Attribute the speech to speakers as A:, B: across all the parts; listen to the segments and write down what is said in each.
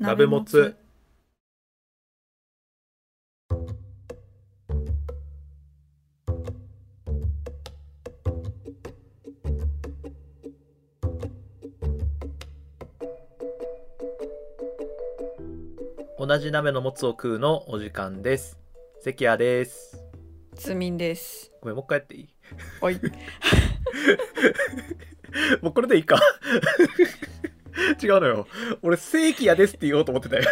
A: 鍋もつ同じ鍋のもつを食うのお時間です関谷です
B: つみんです
A: ごめんもう一回やっていい
B: おい
A: もうこれでいいか 違うのよ俺正規屋ですって言おうと思ってたよ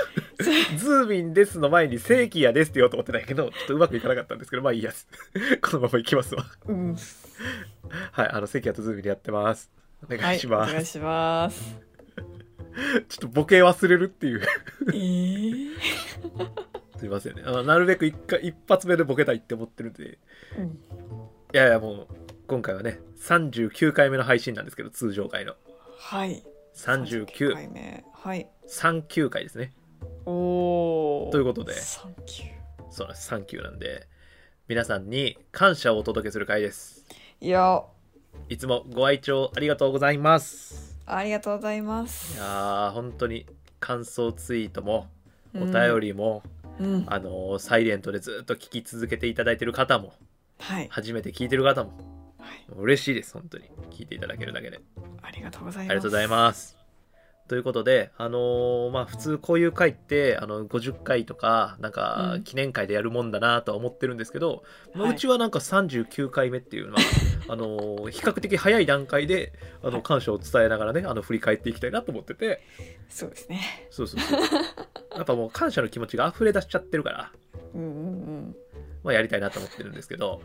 A: ズーミンですの前に正規屋ですって言おうと思ってたんやけどちょっとうまくいかなかったんですけどまあいいや つこのままいきますわ
B: うん
A: はいあの正規屋とズーミンでやってますお願いします、
B: はい、お願い します
A: ちょっとボケ忘れるっていう
B: えー
A: すいませんねあのなるべく一回一発目でボケたいって思ってるんで
B: うん
A: いやいやもう今回はね39回目の配信なんですけど通常回の
B: はい39
A: 3939
B: 回目はい
A: 回ですね
B: おお
A: ということで
B: サンキュ
A: そうなんです39なんで皆さんに感謝をお届けする回です
B: ーいや
A: いつもご愛聴ありがとうございます。
B: ありがとうございま
A: い
B: す
A: やー本当に感想ツイートも
B: う
A: お
B: ん
A: 便りも、
B: うん
A: あのーサイレントでずっと聞き続けていただいてる方も
B: はい
A: 初めて聞いてる方も
B: はい
A: 嬉しいです本当に聞いていただけるだけで
B: ありがとうござい
A: あ
B: ま
A: りが
B: す
A: とうございます。ということであのーまあ普通こういう回ってあの50回とかなんか
B: うん
A: 記念会でやるもんだなとは思ってるんですけど、まあ
B: はいう
A: ちはなんか39回目っていうのはあのー比較的早い段階であ
B: は
A: の
B: い
A: 感謝を伝えながらねあの振り返っていきたいなと思ってて
B: そうですね
A: そうそう そうやっぱもう感謝の気持ちが溢れ出しちゃってるから、
B: うんうん
A: まあ、やりたいなと思ってるんですけど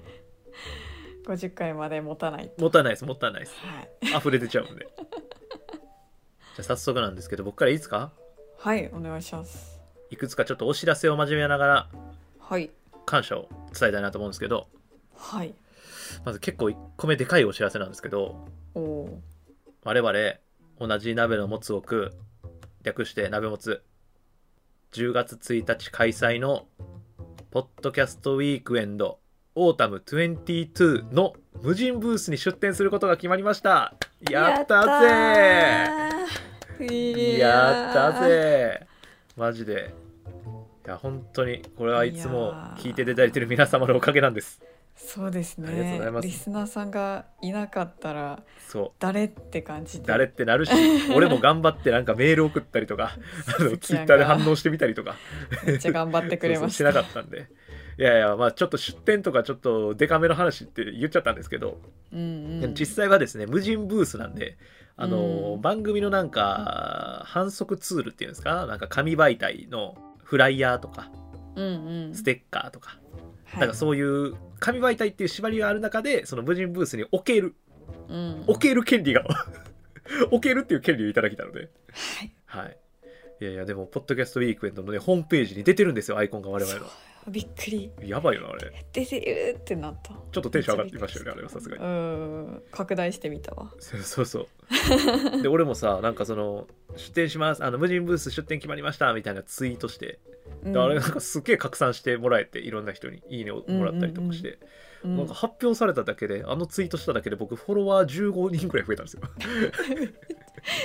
B: うん50回まで持たない
A: もったいないですもったいないです
B: はい
A: 溢れ出ちゃうんでじゃあ早速なんですけど僕からいいですか
B: はいお願いします
A: いくつかちょっとお知らせを交えながら
B: はい
A: 感謝を伝えたいなと思うんですけど
B: はい
A: まず結構1個目でかいお知らせなんですけど
B: おお
A: 我々同じ鍋のもつを食う略して鍋もつ10月1日開催のポッドキャストウィークエンドオータム22の無人ブースに出店することが決まりましたやったぜ
B: ぜー
A: やったぜマジでいや本当にこれはいつも聞いていただいてる皆様のおかげなんです
B: そうですね
A: ありがとうございます
B: リスナーさんがいなかったら
A: そう
B: 誰って感じで
A: 誰ってなる し俺も頑張ってなんかメール送ったりとかあの
B: 好き
A: ツイ
B: や
A: ッ
B: ん
A: タ
B: か
A: ーで反応してみたりとか
B: めっちゃ頑張ってくれまし
A: そうそうしてなか
B: た
A: ったんでいやいやまあちょっと出店とかちょっとデカめの話って言っちゃったんですけど、
B: うんうん
A: 実際はですね無人ブースなんであの、
B: うん
A: 番組のなんか反則ツールっていうんですかなんか紙媒体のフライヤーとか
B: うんうん
A: ステッカーとか、
B: はい
A: なんかそういう紙媒体っていう縛りがある中でその無人ブースに置ける
B: うん
A: 置ける権利が 置けるっていう権利をいただきたので
B: はい
A: はい。いやいや、でも、ポッドキャストウィークエンドのね、ホームページに出てるんですよ、アイコンが我々の。
B: びっくり
A: やばいよな、あれ。
B: 出てるってなった
A: ちょっとテンション上がってましたよね、あれはさすがに
B: う。ん拡大してみたわ
A: そうそうそう。で、俺もさ、なんかその、出店します、あの、無人ブース出店決まりました、みたいなツイートして、
B: うん
A: であれなんかすっげえ拡散してもらえて、いろんな人にいいねをもらったりとかして、
B: うん
A: なんか発表されただけで、あのツイートしただけで、僕、フォロワー15人くらい増えたんですよ。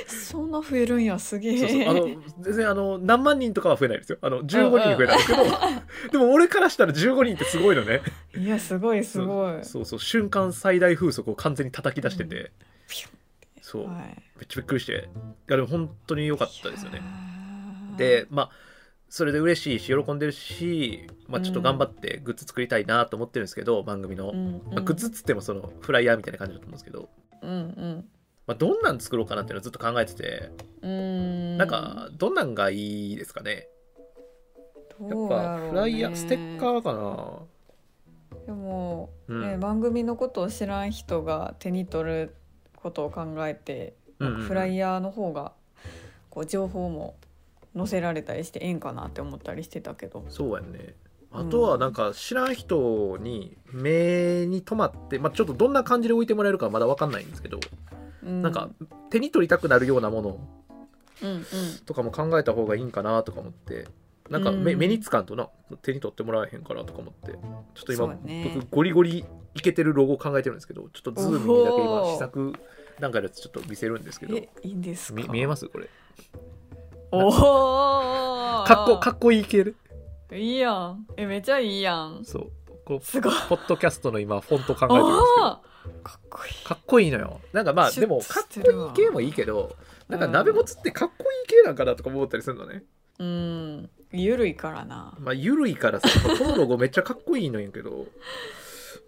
B: そんな増えるんやす げえ
A: そうそうあの全然あの何万人とかは増えないですよあの15人増えたんですけど、でも俺からしたら15人ってすごいのね
B: いやすごいすごい
A: そうそう瞬間最大風速を完全に叩き出してて、
B: ピュン
A: そうめっ
B: はい
A: ちゃびっくりしていやでも本当に良かったですよ
B: い
A: ね
B: やー
A: でまあそれで嬉しいし喜んでるし、まあ、ちょっと頑張ってグッズ作りたいなと思ってるんですけど、番組の、
B: うん
A: まあグッズっつってもそのフライヤーみたいな感じだと思うんですけど、
B: うん
A: まあ、どんなん作ろうかなっていうのをずっと考えてて、
B: うんうん
A: なんかどんなんがいいですかねやっ
B: どうやろう
A: ぱ
B: ね
A: フライヤー、ステッカーかな
B: でも、
A: うん
B: ね番組のことを知らん人が手に取ることを考えて、
A: うんうんうん
B: フライヤーの方がこう情報も載せられたりしてええんかなって思ったりしてたけど
A: そうやんねあとはなんか知らん人に目に留まって、まあ、ちょっとどんな感じで置いてもらえるかはまだ分かんないんですけど、
B: な
A: なんか手に取りたくなるようなもの
B: うんうん
A: とかも考えた方がいいんかなとか思ってなんか目,、
B: うん
A: 目につかんとな手に取ってもらえへんからとか思ってちょっと
B: そう
A: 今
B: や、ね
A: 僕ゴリゴリいけてるロゴ考えてるんですけどちょっとズームにだけ今試作段階でちょっと見せるんですけど
B: えいいんですか
A: み見えますこれ
B: おお
A: かっこか
B: っ
A: っこいい系で
B: こいいやんえめちゃいいやん
A: そうこう
B: すごい
A: ポッドキャストの今フォント考えてるんですけど
B: あーかっこいい
A: かっこいいのよなんかまあ
B: シュ
A: で
B: ッ
A: も
B: と
A: かっ
B: して
A: こ
B: る
A: い
B: わ
A: い系もいいけどなんか
B: うん
A: 鍋もつってかっこいい系なんかなとか思ったりするのね
B: うんゆるいからな
A: まあ緩い からさこのロゴめっちゃかっこいいのやけど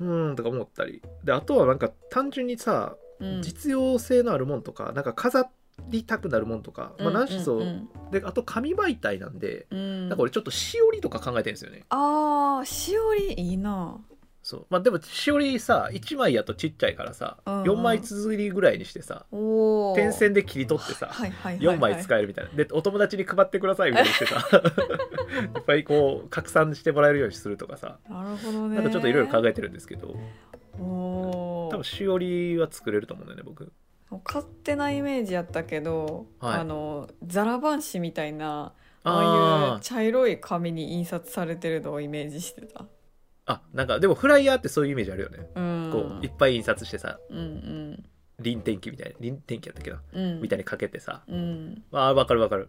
A: うーんとか思ったりであとはなんか単純にさ
B: うん
A: 実用性のあるもんとかなんか飾りたくなるもんとか、まあ、何しそう、
B: うん
A: であと紙媒体なんで
B: うんうん、
A: なんか俺ちょっとしおりとか考えてるんですよね
B: あーしおりいいな
A: そうまあでもしおりさ1枚やとちっちゃいからさ、
B: うんうん
A: 4枚綴りぐらいにしてさ
B: おお
A: 点線で切り取ってさ、
B: はいはい はいはい、
A: 4枚使えるみたいなでお友達に配ってくださいみたいにしてさ いっぱいこう拡散してもらえるようにするとかさ
B: なるほどね
A: なんかちょっといろいろ考
B: え
A: えてるんですけど
B: お
A: 多
B: ー
A: 分しおりは作れると思うんだよね僕
B: 勝手なイメージやったけど、
A: はい
B: あのザラ版紙みたいなああい
A: あ
B: う茶色い紙に印刷されてるのをイメージしてた
A: ああなんかでもフライヤーってそういうイメージあるよね
B: うん
A: こういっぱい印刷してさ
B: うん
A: 臨転機みたいな臨転機やったっけな
B: うんうん
A: みたいにかけてさ
B: うん
A: あーわかるわかる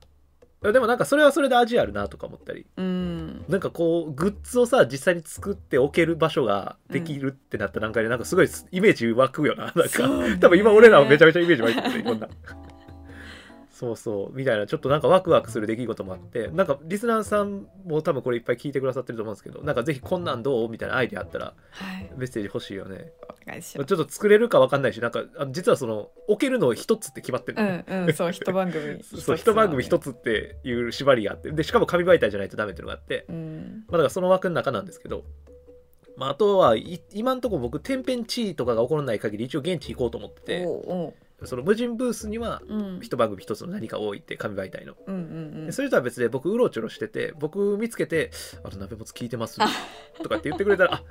A: でもなんかそれはそれで味あるなとか思ったり
B: うん
A: なんかこうグッズをさ実際に作って置ける場所ができるってなった段階でなんかすごいすイメージ湧くよななん
B: そ
A: か
B: うね
A: 多分今俺らはめちゃめちゃイメージ湧いてるねこ んなそうそうみたいなちょっとなんかワクワクする出来事もあってなんかリスナーさんも多分これいっぱい聞いてくださってると思うんですけどなんかぜひこんなんどうみたいなアイデアあったら
B: はい
A: メッセージ欲しいよね
B: お願いし
A: ちょ
B: ま
A: っ
B: す
A: と作れるかわかんないしなんかあ実はその置けるの一つって決まってる
B: う
A: のね、
B: んうんそう一番 組
A: そう一番組一つっ
B: つ
A: ていう縛りがあってでしかも紙媒体じゃないとダメっていうのがあって
B: なのねうん
A: まあ、だからその枠の中なんですけど、まあ、あとはい今んとこ僕天変地異とかが起こらない限り一応現地行こうと思ってて
B: おうお
A: その無人ブースには
B: ううん
A: 一番組一つの何かを置いて紙媒体の、
B: うんうんうん
A: でそれとは別で僕うろちょろしてて僕見つけて「あの鍋もつ聞いてます」とかって言ってくれたら「あはい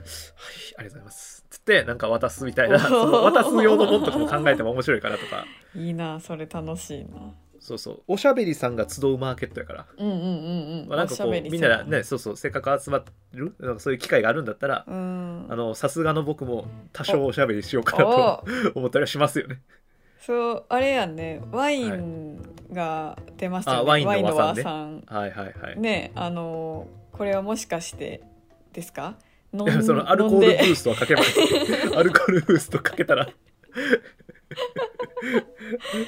A: ありがとうございます」つってなんか渡すみたいな
B: おー
A: その渡す用のもんとかも考えても面白いかなとか
B: いいなそれ楽しいな
A: そうそうおしゃべりさんが集うマーケットやから。
B: うんうんうんうん
A: まあ、なんかこ
B: おしゃべ
A: う
B: り
A: みんなねそうそうせっかく集まるなんかそういう機会があるんだったら
B: うん
A: あのさすがの僕も多少おしゃべりしようかなと
B: お
A: 思ったりはしますよね。
B: そうあれやんねワインが出ましたよね、
A: あワインの
B: 和
A: 和
B: さ
A: さ
B: ん
A: はいはいはい。
B: ねあのこれはもしかしてですか飲ん
A: いや そのアルコールブーストはかけま せん。アルコールブーストかけたら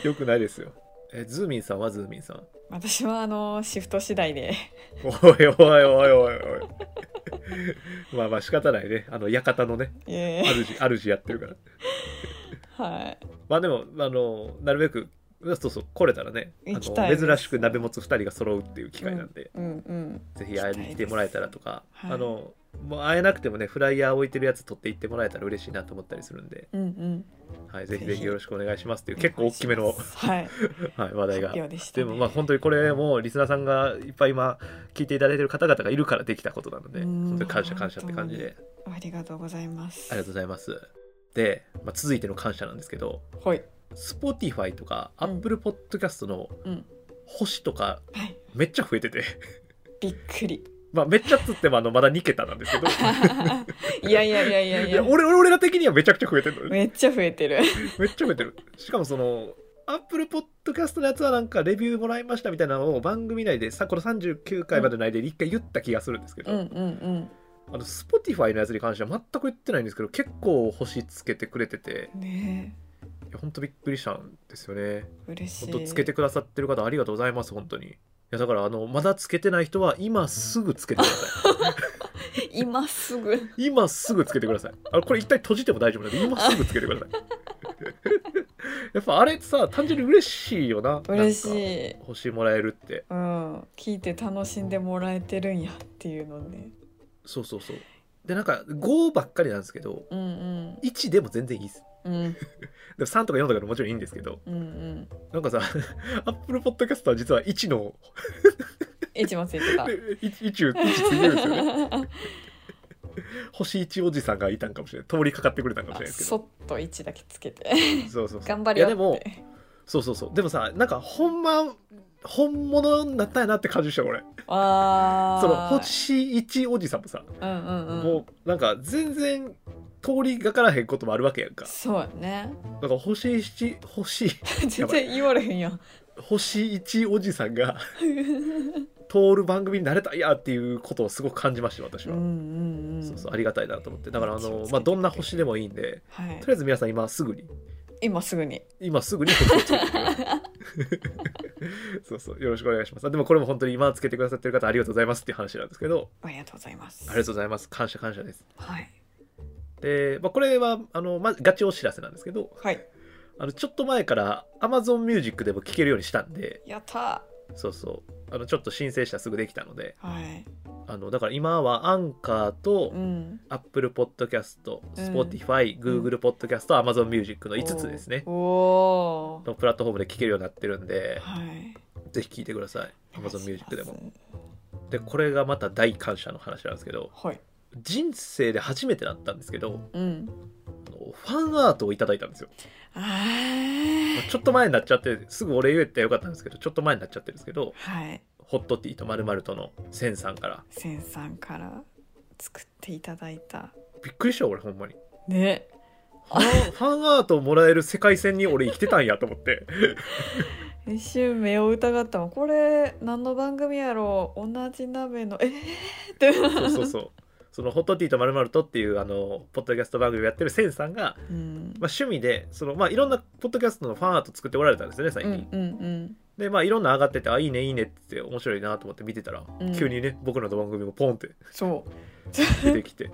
A: よくないですよ。えズーミンさんはズーミンさん。
B: 私はあのシフト次第 で
A: おいおいおいおいおい。まあまあ仕方ないね。あの館のね
B: いえいえ
A: 主主やってるから。
B: は
A: まあでもあのなるべくそうそう来れたらねあ
B: 行きた
A: の
B: いです
A: 珍しく鍋もつ2人が揃うっていう機会なんで。
B: いうんうん
A: ぜひ会いに来てもらえたらとか、
B: 行きたいですはい
A: あのもう会えなくてもねフライヤー置いてるやつ取って行ってもらえたら嬉しいなと思ったりするんで、
B: うんうん
A: はい、ぜひぜ
B: ぜ
A: ひ
B: ひ
A: よろしくお願いしますっていう結構大きめの、
B: はい
A: はい、話題が。
B: 発表でした、
A: で
B: ね、
A: もまあ本当にこれもリスナーさんがいっぱい今聞いていただいてる方々がいるからできたことなので
B: うん
A: 本当に感謝感謝って感じで
B: ありがとうございます
A: ありがとうございます。で、まあ、続いての感謝なんですけど
B: ほい
A: Spotify とか
B: うん
A: Apple Podcast の
B: うん
A: 星とか
B: はい
A: めっちゃ増えてて
B: びっくり
A: まあめっちゃっつってもあのまだ2桁なんですけど
B: いやいやいやいや
A: い
B: いや
A: や俺俺ら的にはめちゃくちゃ増えてるのね
B: めっちゃ増えてる
A: めっちゃ増えてるしかもそのアップルポッドキャストのやつはなんかレビューもらいましたみたいなのを番組内でさこの39回までの間で一回言った気がするんですけど、
B: うんうんうん
A: あの Spotify のやつに関しては全く言ってないんですけど結構星つけてくれてて
B: ね
A: いやほんとびっくりしたんですよね
B: え嬉し
A: ほん
B: い
A: とつけてくださってる方ありがとうございます本当にいやだからあのまだつけてない人は今すぐつけてくださ
B: 今すぐ
A: い今すぐつけてくださいあのこれ一体閉じても大丈夫なんで今すぐつけてください やっぱあれさ単純に嬉しいよな
B: 嬉し
A: なんか
B: い
A: 星もらえるって
B: うん聞いて楽しんでもらえてるんやっていうのね
A: そうそうそうでなんか5ばっかりなんですけど
B: うん
A: 1でも全然いいです
B: うんうん
A: でも3とか4とかでももちろんいいんですけど
B: うんうん
A: なんかさ Apple Podcast は実は1の
B: 一番ついてた
A: 1, 1, ついてるんですよ ね星1おじさんがいたんかもしれない通りかかってくれたんかもしれないですけ
B: そ
A: ど
B: っと1だけつけて
A: そうそうそう
B: 頑張りよ
A: いや
B: って
A: でもそうそうそうでもさなんかほんま本物になったやなって感じした俺
B: あー
A: その星1おじさんもさ、
B: うんうんうん
A: もうなんか全然通りがからへんこともあるわけやんか
B: そうやね
A: なんか星七星
B: 全然言われへんやん
A: 星1おじさんが 通る番組になれたいやっていうことをすごく感じました私
B: うん
A: は、
B: うんうん
A: そうそうありがたいなと思ってだからあ
B: 気をつけ
A: の
B: て、
A: まあ、どんな星でもいいんで
B: はい
A: とりあえず皆さん今すぐに
B: 今すぐに
A: 今すぐに星をつけてください そうそうよろしくお願いしますあでもこれも本当に今つけてくださってる方ありがとうございますっていう話なんですけど
B: ありがとうございます
A: ありがとうございます感謝感謝です
B: はい
A: で、まあ、これはあの、まあ、ガチお知らせなんですけど
B: はい
A: あのちょっと前から Amazon Music でも聴けるようにしたんで
B: やった
A: そうそうあのちょっと申請したらすぐできたので
B: ーはい
A: あのだから今はアンカーと
B: うん
A: アップルポッドキャスト、
B: うん
A: Spotify、Google ポッドキャスト、Amazon Music の5つですね
B: お。おー
A: のプラットフォームで聴けるようになってるんで、
B: はい
A: ぜひ聴いてください。Amazon Music で
B: お
A: も。
B: 願いし
A: で、これがまた大感謝の話なんですけど、
B: ますはい
A: 人生で初めてだったんですけど、
B: うん
A: あのファンアートをいただいたんですよ。
B: あ
A: まあ
B: ー
A: ちょっと前になっちゃって、すぐ俺言えてよかったんですけど、ちょっと前になっちゃってるんですけど、
B: はい
A: ホットティーとまるとのセンさんから。
B: センさんから作っていただいた
A: びっくりしたよ、俺、ほんまに。
B: ね
A: ファンファンアートをもらえる世界線に俺生きてたんやと思って。
B: 一瞬目を疑ったもんこれ何の番組やろう同じ鍋のえー、って
A: そうそうそう。そのホットティーとまるまるとっていうあのポッドキャスト番組をやってるセンさんが、
B: うん
A: まあ、趣味でその、まあ、いろんなポッドキャストのファンアート作っておられたんですよね最
B: う
A: 近、
B: んうん
A: でまあいろんな上がってて「あいいねいいね」って面白いなと思って見てたら、
B: うん
A: 急にね僕の番組もポンって
B: そう
A: 出てきて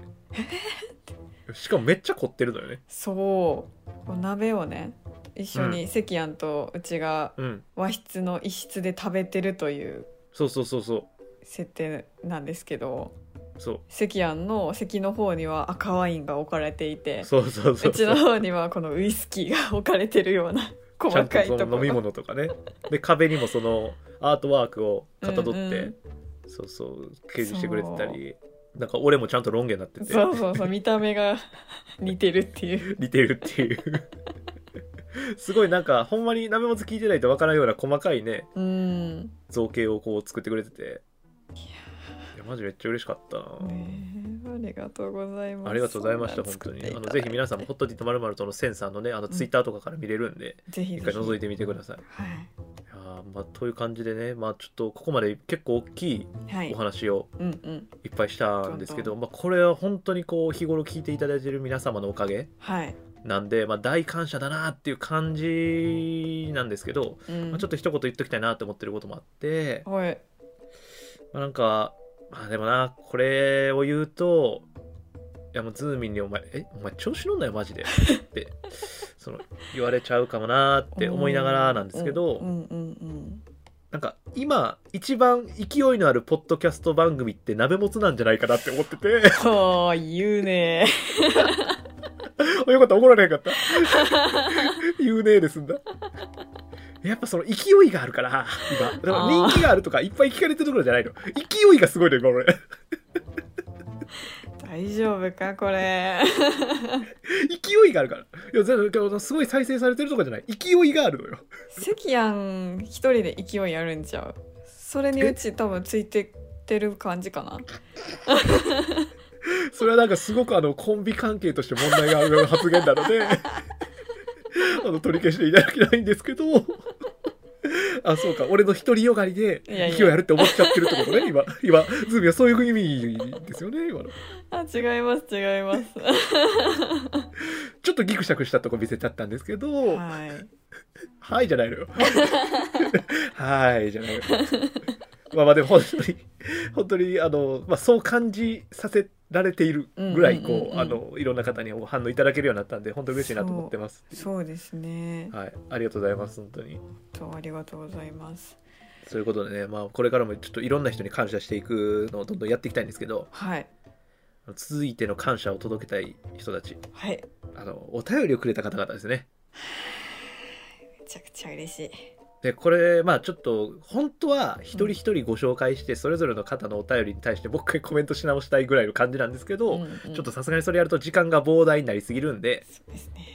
A: しかもめっちゃ凝ってるのよね
B: そうお鍋をね一緒に関やんとうちが
A: うん
B: 和室の一室で食べてるという
A: そうそうそうそ
B: 設定なんですけど
A: うそう
B: 関やんの席の方には赤ワインが置かれていて
A: そうそうそう
B: うちの方にはこのウイスキーが置かれてるよう な
A: ちゃん
B: 細
A: と
B: かい
A: そ
B: とこ
A: の飲み
B: ろ
A: 物とかねで壁にもそのアートワークをかたどって、
B: うんうん
A: そうそう掲示してくれてたりなんか俺もちゃんとロン毛になってて
B: そうそ うそう見た目が 似てるっていう
A: 似てるっていう すごいなんかほんまに鍋もつ聞いてないとわからんような細かいね
B: うん
A: 造形をこう作ってくれてていやマジめっちゃ嬉しかったな、
B: ねえありがとうございます
A: ありがとうございました
B: そん
A: 本当
B: な作っ
A: に
B: てい
A: あ
B: た
A: の
B: だい
A: ぜ
B: て
A: ひ皆さんもホットティットまるまるとのセンさんのねあのツイッターとかから見れるんで、
B: ぜひ
A: 一回覗い
B: て
A: てみてくださいい
B: は
A: やーまあという感じでねまあちょっとここまで結構大きい
B: い、はい
A: お、話を
B: うんうん
A: いっぱいしたんですけど、
B: ど
A: まあ、これは本当にこう日頃聞いていただいている皆様のおかげ
B: はい、
A: なんで、まあ、大感謝だなっていう感じなんですけど、
B: うん
A: まあ、ちょっと一言言っときたいなと思ってることもあって、
B: はい
A: まあ、なんか、まあ、でもなこれを言うといやもうズーミンに「お前えお前調子乗んなよマ ジで」ってその言われちゃうかもなって思いながらなんですけど、
B: うんうんうん
A: なんか今一番勢いのあるポッドキャスト番組って鍋もつなんじゃないかなって思って て。
B: そう言うね
A: あよかった、怒られへん かった。言うねえですんだ。やっぱその勢いがあるから、今。だから人気があるとか、いっぱい聞かれてるところじゃないの。勢いがすごいのよ、今俺。
B: 大丈夫かこれ
A: 勢いがあるから。いや、全然、すごい再生されてるとかじゃない。勢いがあるのよ。
B: 関やん一人で勢いあるんちゃうそれにうち多分ついてってる感じ かな
A: それはなんかすごくあの、コンビ関係として問題がある発言なので、 あの、取り消していただきたいんですけど、 あ、そうか。俺の独りよがりで、
B: いやいや
A: 勢いあるって思っちゃってるってことね、今。今、ズームはそういう意味ですよね、今の。
B: あ違います違います
A: ちょっとギクシャクしたとこ見せちゃったんですけど、は
B: はい
A: いじゃないのよ。はいじゃないのよ。まあまあでも本当に、本当にあの、まあそう感じさせられているぐらい、
B: うんうんうん
A: こ
B: うん
A: う、あの、いろんな方にお反応いただけるようになったんで、本当嬉しいなと思ってます。
B: そうですね
A: はい、ありがとうございます、本当に。
B: とありがとうございます
A: そういうことでね、まあこれからもちょっといろんな人に感謝していくのをどんどんやっていきたいんですけど、
B: はい
A: 続いての感謝を届けたい人たち、
B: はい
A: あの、お便りをくれた方々ですね。
B: めちゃくちゃ嬉しい
A: でこれまあちょっと本当は一人一人ご紹介して、それぞれの方のお便りに対して僕がコメントし直したいぐらいの感じなんですけど、
B: うんうん
A: ちょっとさすがにそれやると時間が膨大になりすぎるんで
B: そうですね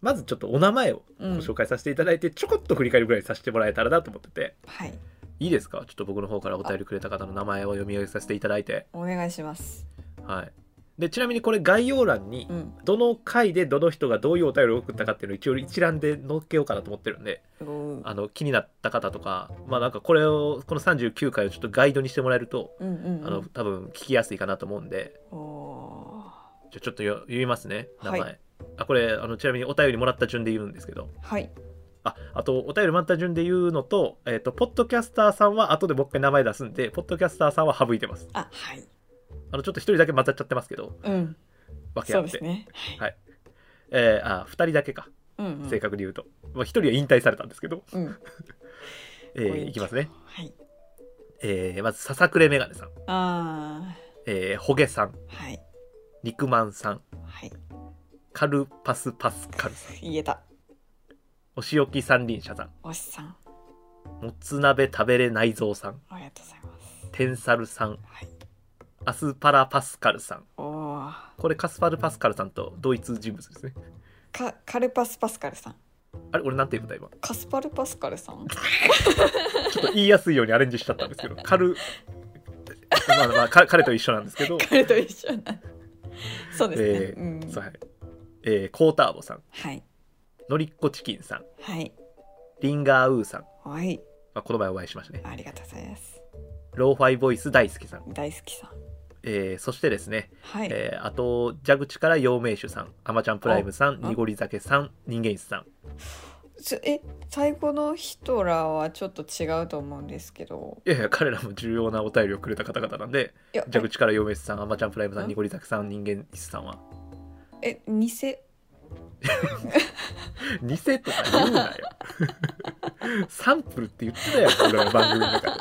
A: まずちょっとお名前をご
B: うん
A: 紹介させていただいて、ちょこっと振り返るぐらいさせてもらえたらなと思ってて
B: はい
A: いいですかちょっと僕の方からお便りくれた方の名前を読み上げさせていただいて
B: お願いします
A: はいでちなみにこれ概要欄に
B: うん
A: どの回でどの人がどういうお便りを送ったかっていうのを一応一覧で載っけようかなと思ってるんで
B: うん
A: あの気になった方とかまあなんかこれをこの39回をちょっとガイドにしてもらえると
B: うんうん
A: あの多分聞きやすいかなと思うんで
B: おー
A: じゃあちょっとよ言いますね名前、
B: は
A: あこれあのちなみにお便りもらった順で言うんですけど
B: はい
A: ああとお便りもらった順で言うのと,、えっとポッドキャスターさんは後でもう一回名前出すんでポッドキャスターさんは省いてます
B: あはい
A: あのちょっと一人だけ混ざっちゃってますけど
B: うん
A: 分け
B: そ
A: 合
B: う
A: っ
B: で
A: て、
B: すね
A: えーあ2人だけか
B: うんうん
A: 正確に言うと、まあ、1人は引退されたんですけど、
B: うん
A: えーいきますね、
B: はい
A: えーまずささくれメガネさん、
B: あ
A: えー、ほげさん
B: ーはい
A: 肉まんさん
B: はい
A: カルパスパスカルさん
B: 言えた
A: お仕置き三輪車さん
B: おしさん
A: もつ鍋食べれ内臓さん
B: ありがとうございます
A: テンサルさん
B: はい
A: アスパラパスカルさん
B: おお
A: これカスパル・パスカルさんと同一人物ですね
B: かカルパスパスカルさん
A: あれ俺なんて言うんだ今
B: カスパルパスカルさん
A: ちょっと言いやすいようにアレンジしちゃったんですけどカル まあまあか彼と一緒なんですけど
B: 彼と一緒 なそうですね、
A: えー
B: うん
A: そうはいえー、コーターボさん
B: はい
A: のりっこチキンさん
B: はい
A: リンガーウーさん、ま
B: はい
A: あ、この前お会いしましたね
B: ありがとうございます
A: ローファイボイス大好きさん、
B: 大好きさん
A: えーそしてですね、
B: はい、
A: えーあと蛇口から陽明酒さんアマちゃんプライムさん
B: あ
A: 濁り酒さん人間室さん
B: すえ最後のヒトラーはちょっと違うと思うんですけど
A: いやいや彼らも重要なお便りをくれた方々なんで
B: いや
A: 蛇口から陽明酒さんアマちゃんプライムさん
B: ん
A: 濁り酒さん人間室さんは
B: え偽
A: 偽とか言うなよ サンプルって言ってたよ俺は番組の中で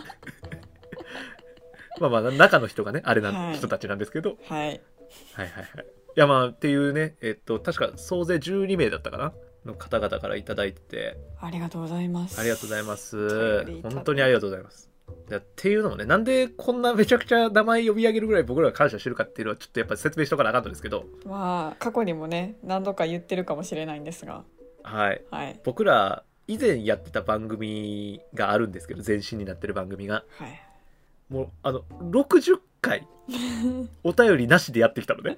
A: まあまあ中の人がねあれな、
B: はい
A: 人たちなんですけど
B: はい
A: はいはいはいいやまあっていうねえっと確か総勢12名だったかなの方々から頂いいてて
B: ありがとうございます
A: ありがとうございま
B: お
A: す
B: 便りいただいて
A: 本当にありがとうございますいやっていうのもねなんでこんなめちゃくちゃ名前呼び上げるぐらい僕らが感謝してるかっていうのはちょっとやっぱり説明しとかなあかんのですけど
B: まあ過去にもね何度か言ってるかもしれないんですが
A: はい
B: はい
A: 僕ら以前やってた番組があるんですけど前身になってる番組が
B: はい
A: もうあの60回お便りなしでやってきたのね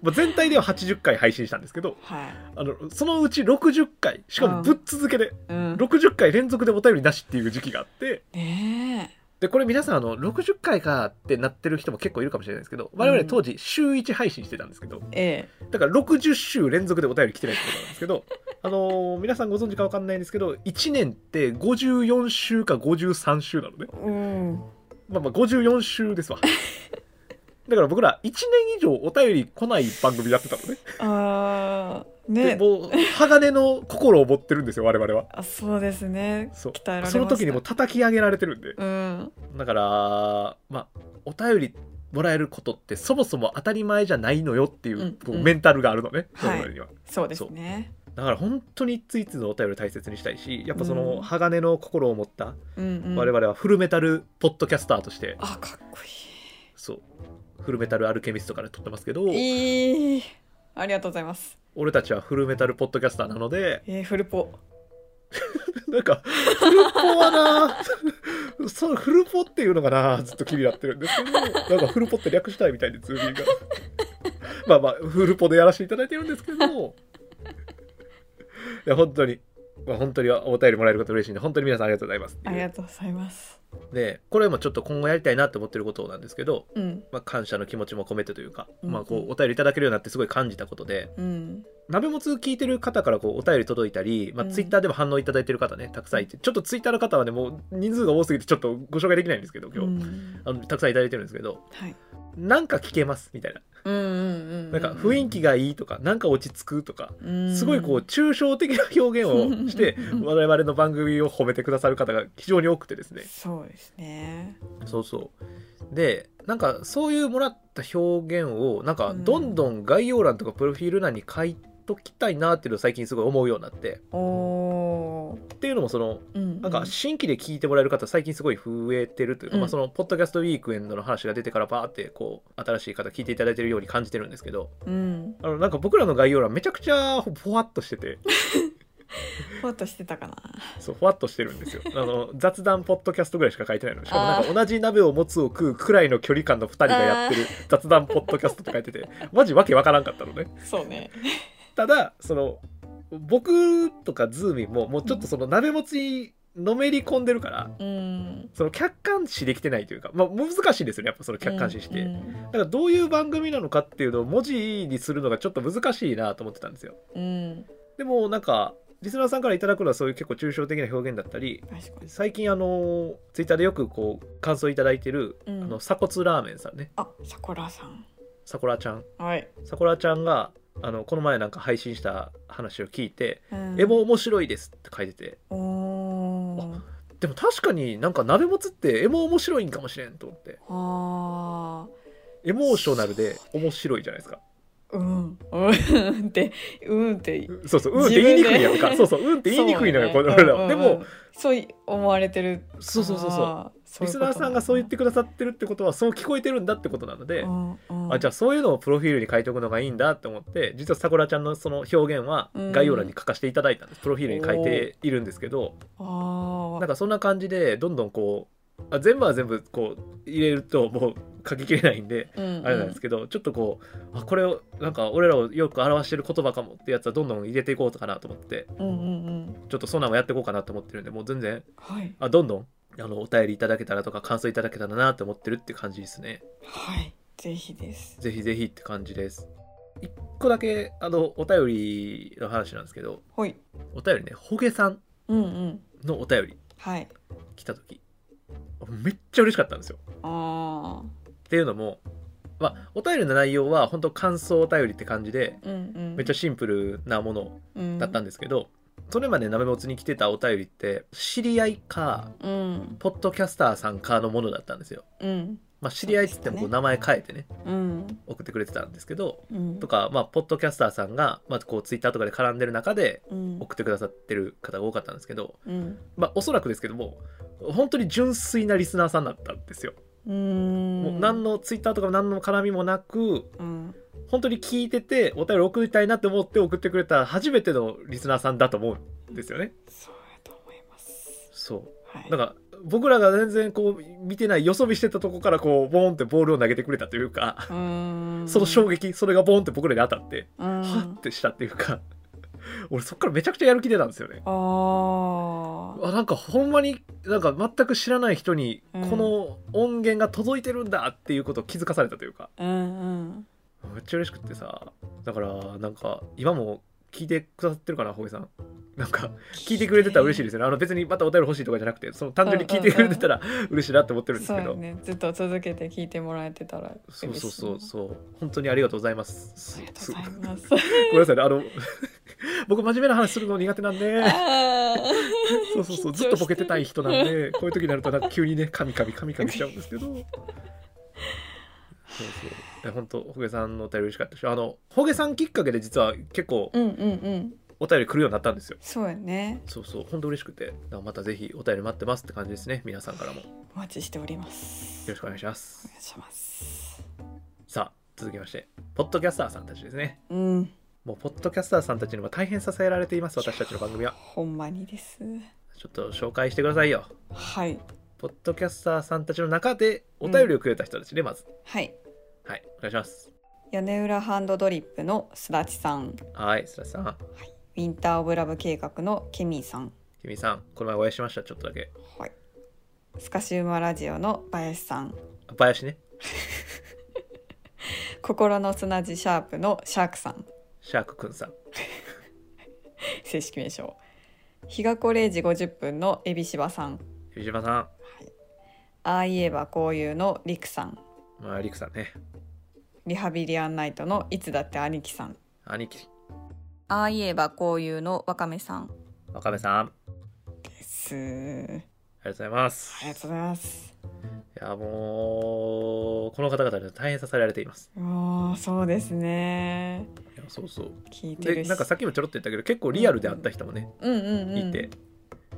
A: もう全体では80回配信したんですけど
B: はい
A: あのそのうち60回しかもぶっ続けで
B: うん
A: 60回連続でお便りなしっていう時期があって
B: ね
A: でこれ皆さんあの60回かってなってる人も結構いるかもしれないですけど我々当時週1配信してたんですけど、
B: ええ
A: だから60週連続でお便り来てないってことなんですけ どあのー皆さんご存知か分かんないんですけど1年って54週か53週なのね
B: えうん
A: まあまあ54週です わだから僕ら1年以上お便り来ない番組やってたのね
B: あー
A: で
B: ね
A: もう鋼の心を持ってるんですよ我々は
B: あそうですね
A: そう
B: 鍛えられまし
A: そ
B: た
A: の時にもう叩き上げられてるんで
B: うん
A: だからまあお便りもらえることってそもそも当たり前じゃないのよっていう,、
B: うん
A: こう
B: うん
A: メンタルがあるのね、
B: はい
A: 我々には
B: そうですね
A: だから本当にいついつのお便りを大切にしたいしやっぱその、
B: うん
A: 鋼の心を持った
B: うんうん
A: 我々はフルメタルポッドキャスターとして、
B: あかっこ
A: そうフルメタルアルケミストから撮ってますけど
B: いいいいありがとうございます
A: 俺たちはフルメタルポッドキャスターなので
B: えー、フルポ
A: なんかフルポはなそうフルポっていうのがなずっと気になってるんですけどなんかフルポって略したいみたいでズーミーがまあまあフルポでやらせていただいてるんですけどいや本当に、まあ、本当にお便りもらえること嬉しいんで本当に皆さんありがとうございますって
B: あ
A: い
B: り
A: う
B: がとうございます
A: でこれもちょっと今後やりたいなって思ってることなんですけど、
B: うん
A: まあ、感謝の気持ちも込めてというか、
B: うん
A: まあ、こうお便りいただけるようになってすごい感じたことで
B: うん
A: 鍋もつ聞いてる方からこうお便り届いたり、まあ、
B: うん
A: ツイッターでも反応いただいてる方ねたくさんいてちょっとツイッターの方はねもう人数が多すぎてちょっとご紹介できないんですけど今日、
B: うん
A: あのたくさんいただいてるんですけど
B: はい
A: なんか聞けますみたいな
B: うんうんうん
A: なんか雰囲気がいいとかなんか落ち着くとか
B: うん
A: すごいこう抽象的な表現をして
B: うん
A: 我々の番組を褒めてくださる方が非常に多くてですね
B: そうですね
A: そうそう。で、なんかそういうもらった表現を、なんか
B: うん
A: どんどん概要欄とかプロフィール欄に書いときたいなっていうのを最近すごい思うようになって。
B: おー
A: っていうのもその、
B: うん
A: なんか新規で聞いてもらえる方最近すごい増えてるというか、
B: うん
A: まあその、ポッドキャストウィークエンドの話が出てからパーってこう、新しい方聞いていただいてるように感じてるんですけど、
B: うん
A: あの、なんか僕らの概要欄めちゃくちゃほぼわっとしてて、
B: ふわっとしてたかな
A: そうふわっとしてるんですよあの雑談ポッドキャストぐらいしか書いてないのしかもな
B: あ
A: んか同じ鍋を持つを食うくらいの距離感の2人がやってる雑談ポッドキャストって書いててマジわけわからんかったのね
B: そうね
A: ただその僕とかズーミンももうちょっとその鍋持ちにのめり込んでるから
B: うん
A: その客観視できてないというか、まあ、難しいんですよねやっぱその客観視して、
B: うん
A: だからどういう番組なのかっていうのを文字にするのがちょっと難しいなと思ってたんですよ
B: うん、
A: でもなんかリスナーさんからいただくのはそういう結構抽象的な表現だったり
B: 確かに
A: 最近あのツイッターでよくこう感想いただいてる、
B: うん
A: あの鎖骨ラーメンさんね
B: あさこらさん
A: さこらちゃん
B: はい、
A: さこらちゃんがあのこの前なんか配信した話を聞いて「
B: うん
A: エモ面白いです」って書いてて
B: おー
A: でも確かになんか鍋もつってエモ面白いんかもしれんと思って
B: あ
A: エモーショナルで面白いじゃないですか
B: ーうんうんってうんって
A: そうそう「うん」って言いにくいやんか そ
B: 自分で
A: うそう「うん」って言いにくいのよ
B: そ
A: こ
B: うね
A: れら
B: うんうんうん
A: でも
B: そう思われてる
A: そうそうそうそう
B: あーそう
A: リ
B: いう
A: ス
B: こ
A: ナー
B: となんだ
A: さんがそう言ってくださってるってことはそう聞こえてるんだってことなので、
B: うんうん
A: あじゃあそういうのをプロフィールに書いておくのがいいんだって思って実はさくらちゃんのその表現は
B: うん
A: 概要欄に書かせていただいたんですプロフィールに書いているんですけど
B: あ
A: なん
B: ー
A: かそんな感じでどんどんこうあ全部は全部こう入れるともう書ききれないんで。
B: うんうん
A: あれなんですけど、ちょっとこうあこれをなんか俺らをよく表してる言葉かもってやつはどんどん入れていこうかなと思って
B: うんうんうん
A: ちょっとそんなのもやっていこうかなと思ってるんでもう全然
B: はい
A: あどんどんあのお便りいただけたらとか感想いただけたらなと思ってるって感じですね。
B: はいぜひです
A: ぜひぜひって感じです。一個だけあのお便りの話なんですけど、
B: ほい
A: お便りね、ほげさん
B: うんうん
A: のお便り
B: はい
A: 来た時、めっちゃ嬉しかったんですよ。
B: あ
A: っていうのも、まあ、お便りの内容は本当感想お便りって感じで、
B: ーうんうん
A: めっちゃシンプルなものだったん
B: で
A: ですけど、それまでなめもつに来てたお便りって、知り合いか、
B: うん
A: ポッドキャスターさんかのものだったんですよ。
B: うん
A: まあ、知り合いっつってもこ
B: そううでした
A: 名
B: ね
A: 前変えてね、
B: うん
A: 送ってくれてたんですけど、
B: うん
A: とか、まあ、ポッドキャスターさんが、まあ、こう、ツイッターとかで絡んでる中で、
B: うん
A: 送ってくださってる方が多かったんですけど、
B: うん
A: まあ、おそらくですけども本当に純粋なリスナーさんだったんですよ。
B: うーん
A: もう何のツイッターとか何の絡みもなく
B: うん
A: 本当に聞いててお便り送りたいなって思って送ってくれた初めてのリスナーさんだと思うんですよね。
B: そうやと思います
A: そ
B: はい
A: な
B: う
A: んか僕らが全然こう見てないよそ見してたとこからこうボーンってボールを投げてくれたというか
B: うーん
A: その衝撃それがボーンって僕らに当たって
B: う
A: は
B: ん
A: ってしたっていうか 俺そっからめちゃくちゃやる気出たんですよね。
B: あー
A: あなんかほんまになんか全く知らない人に
B: うん
A: この音源が届いてるんだっていうことを気づかされたというか
B: うんうん
A: めっちゃ嬉しくってさだからなんか今も聞いてくださってるかなほげさんなんか聞いてくれてたら嬉しいですすよねあの別にまたお便り欲しいとかじゃなくてその単純に聞いてくれてたら嬉しいなって思ってるんです
B: そう
A: け
B: や
A: ど、
B: ねずっと続けて聞いてもらえてたら嬉しい
A: そう
B: な
A: そうそうそう本当にありがとうございます
B: あ
A: す
B: りがと
A: す
B: う ございます
A: ごめんなさいねあの 僕真面目な話するの苦手なんで
B: あ
A: そう
B: ー
A: そうそう
B: 緊張してる
A: ずっとボケてたい人なんでこういう時になるとなんか急にねカミカミカミカミしちゃうんですけどそうそういや本当ほげさんのお便り嬉しかったしあのほげさんきっかけで実は結構
B: うんうんうん
A: お便り来るようになったんですよ
B: そうやね
A: そうそう本当嬉しくてだからまたぜひお便り待ってますって感じですね皆さんからもよ
B: お待ちしております
A: ろしくお願いしま
B: お
A: す
B: 願いします
A: さあ続きましてポッドキャスターさんたちですね
B: うん
A: もうポッドキャスターさんたちにも大変支えられています私たちの番組は
B: ほんまにです
A: ちょっと紹介してくださいよ
B: はい
A: ポッドキャスターさんたちの中でお便りをくれた人たちでまず、
B: はい
A: はいお願いします
B: 屋根裏ハンドドリップのすだちさん
A: はいすらさん
B: ウィンター・オブ・ラブ計画のケミーさん
A: 君さんこの前お会いしましたちょっとだけ
B: はいスカシウマラジオの林さん
A: 林ね
B: 心の砂地シャープのシャークさん
A: シャークくんさん
B: 正式名称日がこ0時50分のエビシバさん
A: 藤島さ
B: ああいえばこういうのリクさん
A: んまありくさんね
B: リハビリアンナイトのいつだって兄貴さん
A: 兄貴
B: ああいえばこういうのわかめさん
A: 若部さんあり
B: ですあ
A: がとうございます
B: りがとうございます
A: いやもうこの方々には大変支えられています
B: ああそうですね
A: いやそうそう
B: 聞いて
A: で
B: るし
A: なんかさっきもちょろっと言ったけど結構リアルで会った人もね、
B: うんうんうん
A: いて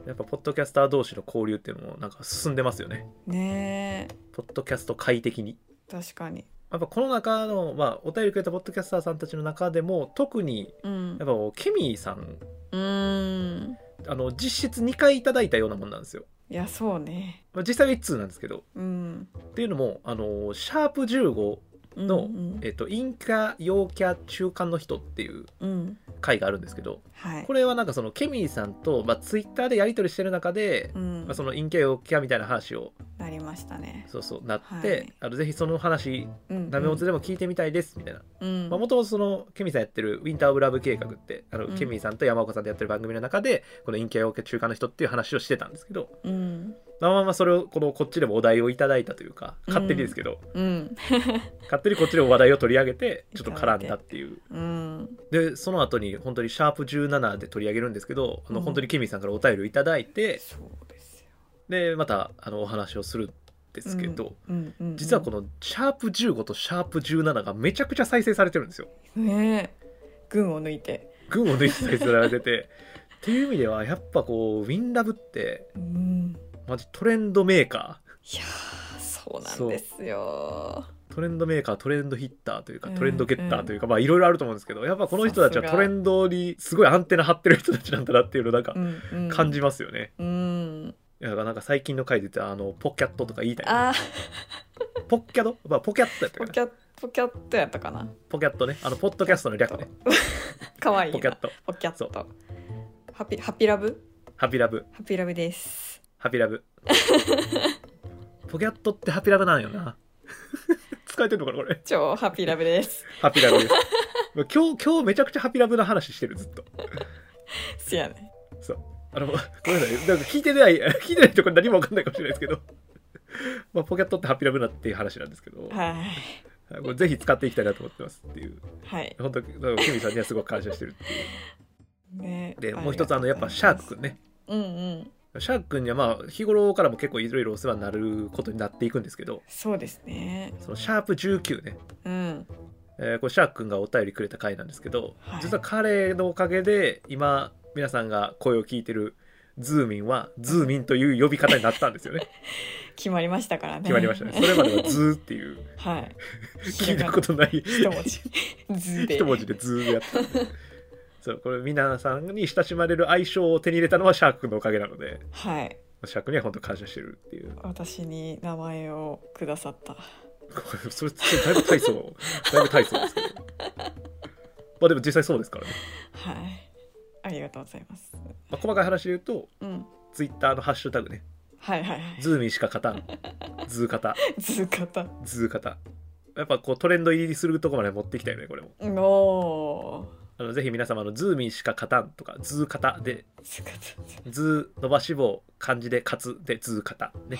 A: やっぱポッドキャスター同士の交流っていうのもなんか進んでますよね
B: ねえ
A: ポッドキャスト快適に
B: 確かに
A: やっぱこの中の、まあ、お便りくれたポッドキャスターさんたちの中でも特に
B: うん
A: やっぱもうケミーさん
B: うーん
A: あの実質2回いただいたようなもんなんですよ、
B: いやそうね
A: まあ、実際は1通なんですけど
B: うん
A: っていうのもあのシャープ15の
B: うんうん
A: えっと、インカ陽キャ中間の人っていう
B: うん
A: 回があるんですけど
B: はい
A: これはなんかそのケミーさんと、まあ、ツイッターでやり取りしてる中で、
B: うん
A: まあ、その陰キャ陽キャみたいな話を
B: なりましたね
A: そうそうなって、
B: はい
A: あのぜひその話
B: うん
A: ダメ元でも聞いてみたいですみたいな
B: うん
A: まあもともとそのケミーさんやってる「ウィンター・オブ・ラブ」計画ってあの、
B: うん
A: ケミーさんと山岡さんでやってる番組の中でこの陰キャ陽キャ中間の人っていう話をしてたんですけど
B: うん
A: まあまあまあそれをこのこっちでもお題をいただいたというか勝手にですけど、
B: うん
A: 勝手にこっちでも話題を取り上げてちょっと絡んだっていう
B: うん
A: でその後に本当に「シャープ #17」で取り上げるんですけどあの
B: うん
A: 本当にケミーさんからお便りをいただいて、
B: そうですよ
A: でまたあのお話をするんですけど、
B: うんうん
A: 実はこ
B: の
A: の「シャープ #15」と「シャープ #17」がめちゃくちゃ再生されてるんですよ。
B: ねえ群を抜いて
A: 群を抜いて再生されててっていう意味ではやっぱこうウィンラブって
B: うん
A: マジトレンドメーカ
B: いやーそうなんですよ
A: ートレンドメーカートレンドヒッターというか
B: うん
A: トレンドゲッターというか、まあいろいろあると思うんですけどやっぱこの人たちは
B: さすが
A: トレンドにすごいアンテナ張ってる人たちなんだなっていうのをなんか
B: うんうん
A: 感じますよね。
B: うん
A: いやなんか最近の回で言ったあのポキャットとか言いたいな
B: あ
A: ポッキャド、まあ、ポキャットやった
B: ポ
A: かな
B: キャポキャットやったかな
A: ポキャットねあのポッドキャストの略 ね
B: かわいい
A: ポキャッ
B: な
A: ト
B: ポキャッ
A: そ
B: トハピハピラブ
A: ハピラブ
B: ハピラブです
A: ハピラブポキャットってハピラブなんよな 使えてるのかなこれ
B: 超ハピラブです
A: ハピラブです今日今日めちゃくちゃハピラブな話してるずっと
B: せやね
A: あのごめんなさいなんか聞いてない 聞いてないとこ何も分かんないかもしれないですけど まあ、ポキャットってハピラブなっていう話なんですけど、
B: はい
A: はいこれぜひ使っていきたいなと思ってますっていう
B: はい
A: 本当にだからケミーさんにはすごく感謝してるっていう
B: ね
A: でもう一つあのやっぱシャークくんね
B: うんうん
A: シャーク君にはまあ日頃からも結構いろいろお世話になることになっていくんですけど
B: そうですね
A: そのシャープ19ね、
B: うん
A: えーこれシャーク君がお便りくれた回なんですけど、
B: はい
A: 実は彼のおかげで今皆さんが声を聞いてるズーミンはズーミンという呼び方になったんです よね
B: 決まりましたからね
A: 決まりましたねそれまではズーっていう
B: はい
A: 聞いたことない
B: 一文字図で
A: 一文字でズーやったんでそうこれ皆さんに親しまれる相性を手に入れたのはシャーク君のおかげなので
B: はい
A: シャークには本当感謝してるっていう
B: 私に名前をくださった
A: これそれそれだいぶ大層だいぶ大層ですけどまあでも実際そうですからね、
B: はいありがとうございます
A: まあ、細かい話で言うと
B: うん
A: ツイッターのハッシュタグね
B: はいはいはい
A: ズーミンしか勝たんズー方
B: 図型
A: ズー方やっぱこうトレンド入りするとこまで持ってきたよねこれも
B: おー
A: あのぜひ皆様あのズーミンしか勝たんとかズー方で
B: 図型
A: ズー伸ばし棒漢字で勝つでズー方ね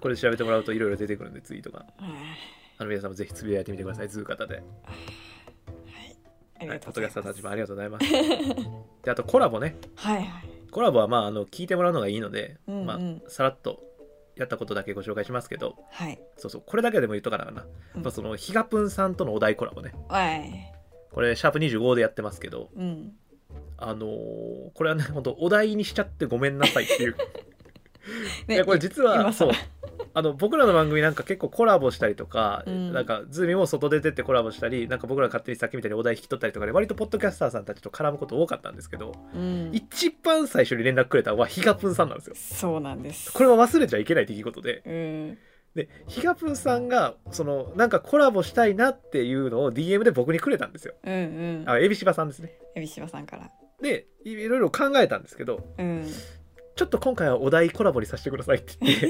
A: これ調べてもらうといろいろ出てくるんでツイートが
B: はい
A: あの皆様ぜひつぶやいてみてくださいズー方で
B: あり
A: は
B: が
A: い
B: と
A: ポ
B: う
A: ッド
B: ご
A: キャ
B: ざい
A: スター
B: ま
A: たち
B: す
A: もありがとうございますであとコラボね
B: はいはい
A: コラボはまああの聞いてもらうのがいいので、
B: うんうん
A: まあ、さらっとやったことだけご紹介しますけど
B: はい
A: そうそうこれだけでも言っとかなあかんな、
B: うん
A: まあ、そのひがぷんさんとのお題コラボね
B: はい
A: これシャープ25でやってますけど
B: うん
A: あのーこれはね本当お題にしちゃってごめんなさいっていう、い
B: ね
A: やこれ実は
B: 今
A: そう
B: 更
A: あの僕らの番組なんか結構コラボしたりとか、
B: うん
A: なんかズーミも外出てってコラボしたりなんか僕ら勝手にさっきみたいにお題引き取ったりとかで割とポッドキャスターさんたちと絡むこと多かったんですけど、
B: うん
A: 一番最初に連絡くれたのはひがぷんさんなんですよ
B: そうなんです
A: これは忘れちゃいけない出来事で
B: うん
A: でひがぷんさんがそのなんかコラボしたいなっていうのを DM で僕にくれたんですよ
B: うんうん
A: あエビシバさんですね
B: 海老島さんから
A: でいいろいろ考えたんですけど
B: うん
A: ちょっと今回はお題コラボにさせてくださいって言って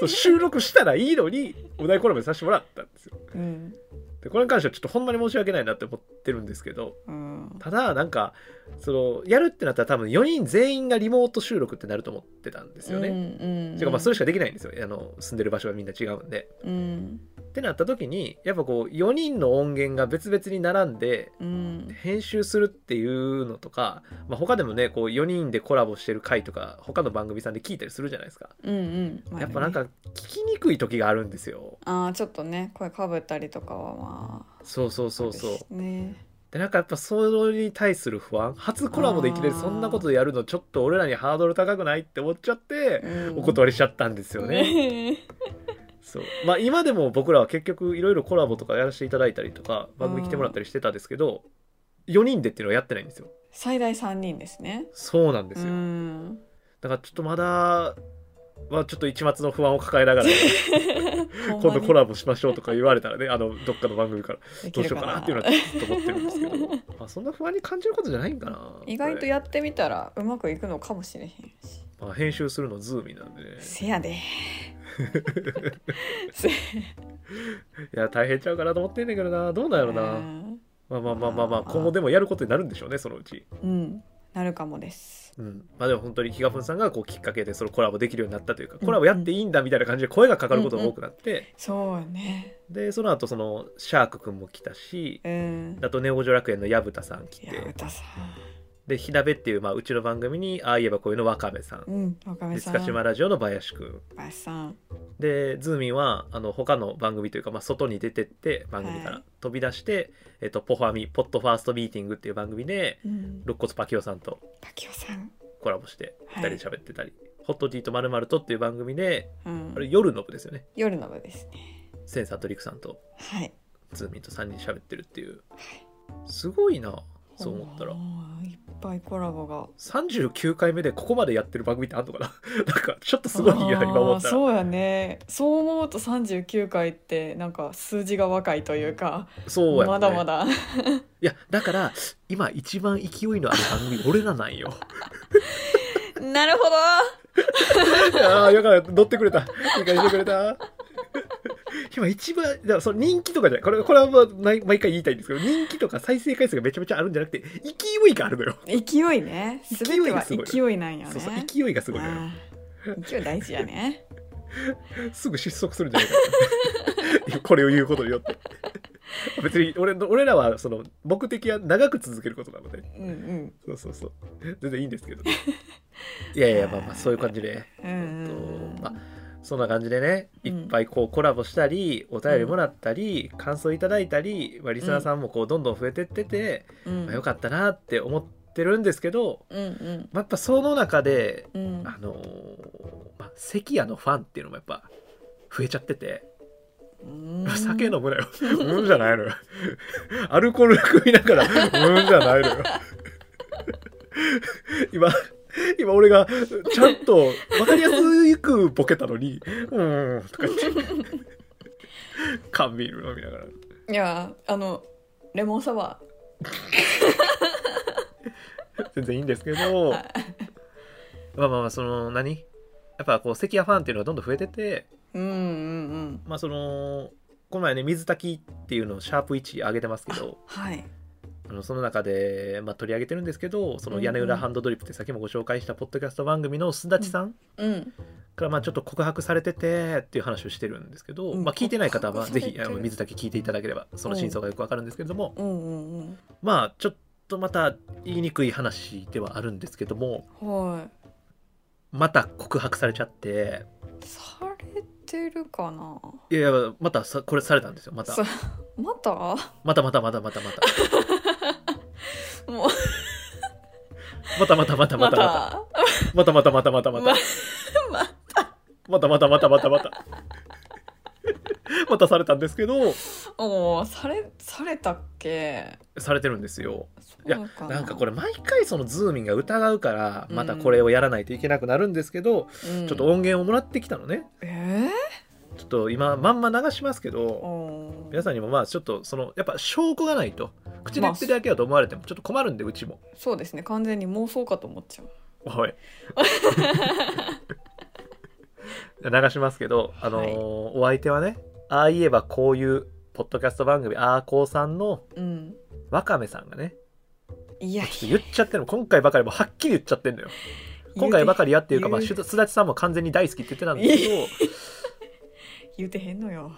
A: そう収録したらいいのにお題コラボにさせてもらったんですよ
B: うん
A: でこれに関してはちょっとほんまに申し訳ないなって思ってるんですけど
B: うん
A: ただなんかそのやるってなったら多分4人全員がリモート収録ってなると思ってたんですよね、
B: うんうん
A: てかまあそれしかできないんですよあの住んでる場所がみんな違うんで。
B: うん
A: ってなった時にやっぱこう4人の音源が別々に並んで
B: うん
A: 編集するっていうのとか、まあ、他でもねこう4人でコラボしてる回とか他の番組さんで聞いたりするじゃないですか、
B: うんうんまあね
A: やっぱなんか聞きにくい時があるんですよ
B: ああちょっとね声かぶったりとかはまあ
A: そうそうそうそう
B: ですね
A: でなんかやっぱそれに対する不安初コラボでいきなりそんなことやるのちょっと俺らにハードル高くないって思っちゃって
B: うん
A: お断りしちゃったんですよね、そうまあ今でも僕らは結局いろいろコラボとかやらせていただいたりとか番組来てもらったりしてたんですけど、 4人でっていうのはやってないんですよ
B: 最大三人ですね
A: そうなんですよ、
B: うん
A: だからちょっとまだはちょっと一末の不安を抱え ながら今度コラボしましょうとか言われたらねあのどっかの番組からどうしようかなっていうのはちょっと思ってるんですけ ど、まあ、そんな不安に感じることじゃないんかな
B: 意外と
A: や、
B: やってみたらうまくいくのかもしれへんし
A: まあ、編集するのズーミーなんでね
B: せやでせ
A: いや大変ちゃうかなと思ってんねんけどなどうなんやろな、
B: うん
A: まあまあまあまあまあ
B: まあ
A: 今後でもやることになるんでしょうねそのうち
B: うんなるかもです
A: うんまあでも本当にひがふんさんがこうきっかけでそのコラボできるようになったというかコラボやっていいんだみたいな感じで声がかかることが多くなって、
B: そうよね
A: でその後そのシャークくんも来たし
B: うん
A: あとネオジョ楽園の薮田さん来
B: いや
A: て
B: 歌さ
A: で火鍋っていう、まあ、うちの番組にああ言えばこういうの若部さん
B: んうん若
A: で
B: 林さん
A: 塚島ラジオの林くん
B: 林さん
A: でズーミンはあの他の番組というか、まあ、外に出てって番組か
B: は
A: ら
B: い
A: 飛び出して、えっと、ポファミポッドファーストミーティングっていう番組で
B: うん
A: 肋骨パキオさんと
B: パキオさん
A: コラボして
B: は
A: 2
B: い
A: 人で喋ってたり、ホットティーとまるまるとっていう番組で
B: う
A: あれ
B: ん
A: 夜の部ですよね
B: 夜の部ですね
A: センサーとリクさんと
B: はい
A: ズーミンと3人喋ってるっていうすごいなそう思ったら
B: おーいっぱいコラボが
A: 39回目でここまでやってる番組ってあんのかな なんかちょっとすごいな今思
B: あー
A: ったら
B: そうやねそう思うと39回ってなんか数字が若いというか
A: そうや、ね、
B: まだま だ
A: いやだから今一番勢いのある番組俺らなんよ
B: なるほど
A: ああよかった乗ってくれた理解してくれた今一番だからその人気とかじゃないこれこれはまあ毎毎回言いたいんですけど人気とか再生回数がめちゃめちゃあるんじゃなくて勢いがあるのよ、
B: 勢いね
A: 勢
B: 全
A: い
B: ては
A: がすごい
B: 勢いなんよね
A: そうそう勢いがすごいのよ
B: あー勢い大事やね
A: すぐ失速するんじゃないかなこれを言うことによって別に俺の俺らはその目的は長く続けることなので
B: うんうん
A: そうそうそう全然いいんですけどねいやいやまあまあそういう感じで
B: うんうん
A: まあそんな感じでねいっ
B: うん
A: ぱいこうコラボしたり、お便りもらったり、感想いただいたり、まあ、リスナーさんもこうどんどん増えてってて、
B: うん
A: まあ、よかったなって思ってるんですけど、
B: うんうん
A: まあやっぱその中で、
B: うん
A: あのーまあ、関谷のファンっていうのもやっぱ増えちゃってて、
B: うん
A: 酒飲むなよ「うん」じゃないのよアルコール食いながら「うん」じゃないのよ今今俺がちゃんと分かりやすくボケたのに「うん」とか言って缶ビール飲みながら
B: いやあのレモンサワ
A: 全然いいんですけど
B: はい
A: まあまあまあその何やっぱこう関谷ファンっていうのがどんどん増えてて
B: ーうんうんうん
A: まあそのこの前ね水炊きっていうのをシャープ1上げてますけど
B: はい
A: あのその中で、まあ、取り上げてるんですけどその屋根
B: うんう
A: 裏
B: ん
A: ハンドドリップって先もご紹介したポッドキャスト番組のすだちさん
B: うん
A: からまあちょっと告白されててっていう話をしてるんですけど、
B: うん
A: まあ、聞いてない方は
B: 告白さ
A: ぜ
B: れてる
A: ひあの水だけ聞いていただければその真相がよくわかるんですけれども、
B: うんうん
A: まあちょっとまた言いにくい話ではあるんですけども
B: うんはい
A: また告白されちゃって
B: されてるかない
A: やいやまたさこれされたんですよまた
B: そうまた
A: またまたまたまたまた
B: も
A: またまたまた
B: う
A: また
B: ま
A: ま
B: た
A: たまたまたまたまたまた
B: まま
A: またまたまたまたまたまたされたんですけど
B: おーされされたっけ
A: されてるんですよ
B: そう
A: いや
B: か
A: なんかこれ毎回そのズーミンが疑うから
B: うん
A: またこれをやらないといけなくなるんですけど、
B: れ、うん
A: ちょっと音源をもらってきたのね
B: え
A: ちょっと今まんま流しますけ
B: ー、
A: ど
B: お
A: 皆さんにもまあちょっとそのやっぱ証拠がないと口で言ってるだけだと思われてもちょっと困るんでうちも
B: そうですね完全に妄想かと思っちゃう
A: お い流しますけどあのー
B: はい
A: お相手はねああ言えばこういうポッドキャスト番組あーこうさんの
B: うん
A: わかめさんがね
B: いやい
A: 言っちゃってるの今回ばかりもうはっきり言っちゃってんのよ今回ばかりやっていうか、まあ、
B: 言
A: す
B: うて
A: だちさんも完全に大好きって言ってたんですけど
B: 言うてへんのよ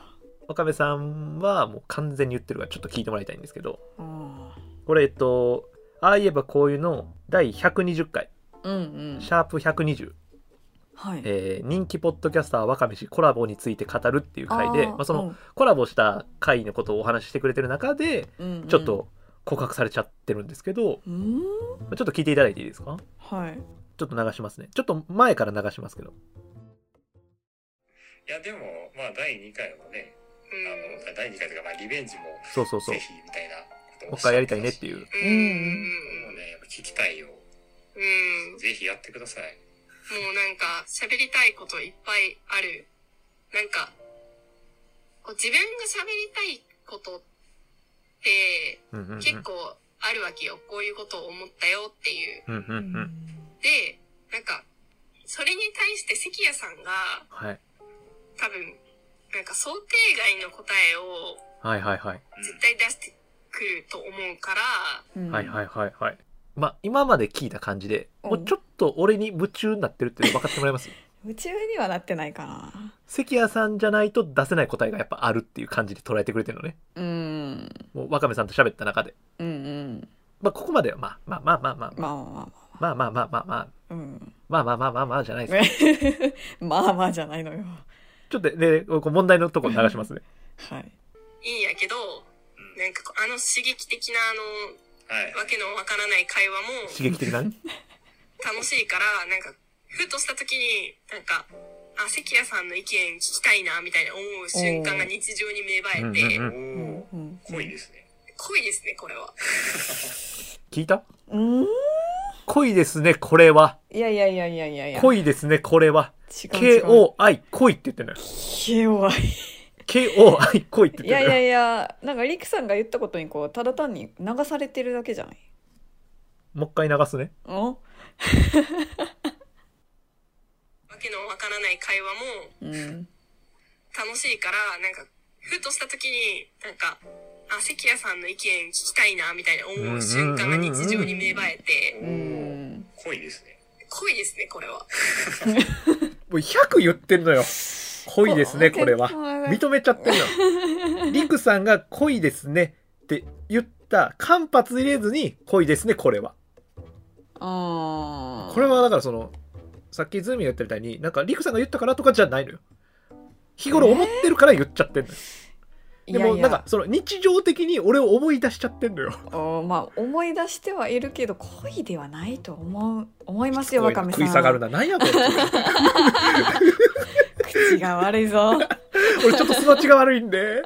A: 岡部さんはもう完全に言ってるからちょっと聞いてもらいたいんですけど
B: うん
A: これえっとああ言えばこういうの第120回
B: うんうん
A: シャープ120、
B: はい
A: えー人気ポッドキャスターわかめしコラボについて語るっていう回で
B: ー
A: まあ、その、コラボした回のことをお話ししてくれてる中で
B: うんうん
A: ちょっと告白されちゃってるんですけど、
B: うん
A: まあちょっと聞いていただいていいですか
B: はい
A: ちょっと流しますねちょっと前から流しますけど
C: いやでもまあ第2回もね、あの第2回というかまあリベンジも
A: そうそうそう
C: ぜひみたいなこってお
A: もう
C: っ
A: 一
C: しゃ
A: 回や
C: っ
A: りた
C: て
A: い
C: た
A: ねっ
C: して
A: いう。
D: うん
C: もうねやっぱ聞きたいよ
D: うん。
C: ぜひやってください
D: もうなんか喋りたいこといっぱいある。なんか、こう自分が喋りたいことって
A: うんうんうん。
D: 結構あるわけよ。こういうことを思ったよっていう。
A: うんうんうん。
D: で、なんか、それに対して関谷さんが
A: はい。
D: 多分、なんか想定外の答えを
A: はいはいはい。
D: 絶対出してくると思うから、
B: うん
A: はいはいはいはい。まあ、今まで聞いた感じで、もうちょっと俺に夢中になってるっていうの分かってもらえます
B: 宇宙にはなってないかな
A: 関谷さんじゃないと出せない答えがやっぱあるっていう感じで捉えてくれてるのね。
B: うん
A: もう、ワカメさんと喋った中で。
B: うんうん
A: まあ、ここまでは、まあ、まあまあまあまあ、
B: まあまあまあま
A: まあまあまあまあまあ、
B: あうん
A: まあまあまあまあまあじゃないですか。
B: まあまあじゃないのよ
A: ちょっとね、こう問題のとこ流しますね。
B: はい
D: いいんやけど、
C: うん
D: なんかこうあの刺激的なあ
C: はい
D: の、わけのわからない会話も、
A: 刺激的なね。
D: 楽しいから、なんか、ふとした時に、なんか、あ、関谷さんの意見聞きたいな、みたいな思う瞬間が日常に芽
A: う
D: 生え
A: ん
D: て、
A: うんうん。
C: おお
B: うん
C: 濃いですね
D: 濃いですね、これは。
A: 聞いた
B: うん
A: 恋ですね、これは。
B: いやいやいやいやいやいや
A: 恋ですね、これは。
B: 違う違う
A: KOI、恋って言ってんのよ。
B: KOI
A: KOI、恋って
B: い
A: 言っ
B: や
A: て
B: い
A: んの
B: や
A: よ。
B: いやなんかリクさんが言ったことにこうただ単に流されてるだけじゃない
A: もう一回流すね。
B: うん
D: わけのわからない会話も
B: うん
D: 楽しいから、なんか、ふとした時に、なんか、あ、関谷さんの意見聞きたいな、みたいな思う瞬間が日常に芽生えて、
B: う
C: おお
B: ん
C: 濃いですね
D: 濃いですね、これは。
A: もう100言ってんのよ。恋ですね、これは。認めちゃってる の。リクさんが恋ですねって言った、間髪入れずに恋ですね、これは。
B: あー
A: これはだからその、さっきズーミンが言ったみたいに、なんかリクさんが言ったからとかじゃないのよ。日頃思ってるから言っちゃってんのよ。
B: い
A: で
B: や
A: も
B: い
A: な
B: や
A: んかその日常的に俺を思い出しちゃってんのよ。
B: おまあ思い出してはいるけど恋ではないと思う思います
A: こ
B: よ
A: う
B: わ
A: いうの
B: かめさん
A: 食い下がるな。なんやこれ。
B: 口が悪 いぞ
A: 俺ちょっと育ちが悪いんで、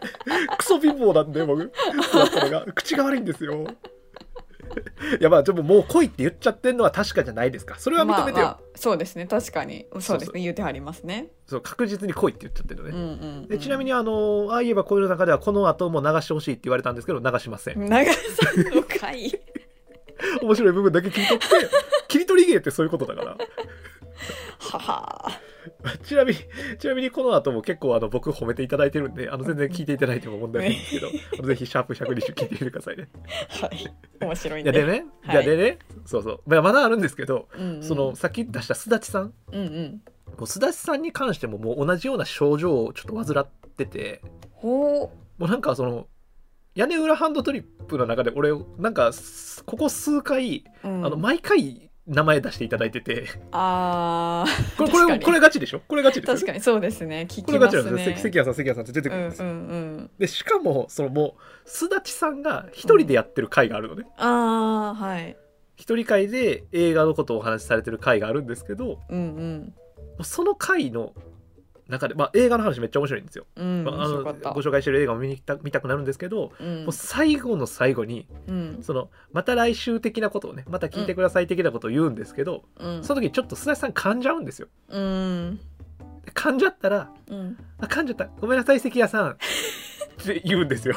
A: クソ貧乏なんで僕、育ったのが。口が悪いんですよ。いやまあでももう恋って言っちゃってんのは確かじゃないですか。それは認めてよ。
B: まあまあ、そうですね確かにそう
A: う
B: ですね言うてはりますね
A: そう確実に恋って言っちゃってるの
B: う
A: ね。
B: んうん、
A: でちなみにあのああいえば恋の中ではこの後も流してほしいって言われたんですけど流しません
B: 流さんの回
A: 面白い部分だけ切り取って切り取り芸ってそういうことだから
B: はは
A: あちなみにちなみにこの後も結構あの僕褒めていただいてるんであの全然聞いていただいても問題ないんですけどあのぜひシャープ120聞いてみてくださいね
B: はい面白い
A: い
B: ね
A: やでね、
B: はい
A: い、やでねそうそうまあまだあるんですけど、
B: うんうん、
A: そのさっき出したすだちさん
B: うんうん
A: もうすだちさんに関してももう同じような症状をちょっと患ってて
B: ほ
A: もうなんかその屋根裏ハンドトリップの中で俺なんかすここ数回
B: う、うん、
A: あの毎回名前出していただいて て、
B: あー
A: これこ
B: 確か
A: れ
B: に
A: これガチでしょこれガチです
B: 確かにそうですね聞
A: こ
B: き
A: れガ
B: ま
A: チなん
B: す
A: ですよ、関
B: ね
A: 関谷さん関谷さんって出てく
B: う
A: るん
B: ん
A: です
B: う
A: よ、
B: んうん
A: でしかもそのもうすだちさんが一人でやってる回があるのね
B: ああはい
A: 一、人会で映画のことをお話しされてる回があるんですけども
B: うん
A: うその回の中で、まあ、映画の話めっちゃ面白いんですよ、
B: うんうん
A: まああの
B: よかった
A: ご紹介してる映画を見に行きた見たくなるんですけど、
B: うん
A: もう最後の最後に
B: うん
A: そのまた来週的なことをねまた聞いてください的なことを言うんですけど、
B: うん
A: その時ちょっとすだちさん噛んじゃうんですよ
B: うん
A: で噛んじゃったら
B: うん
A: あ噛んじゃったごめんなさい関谷さんって言うん ですよ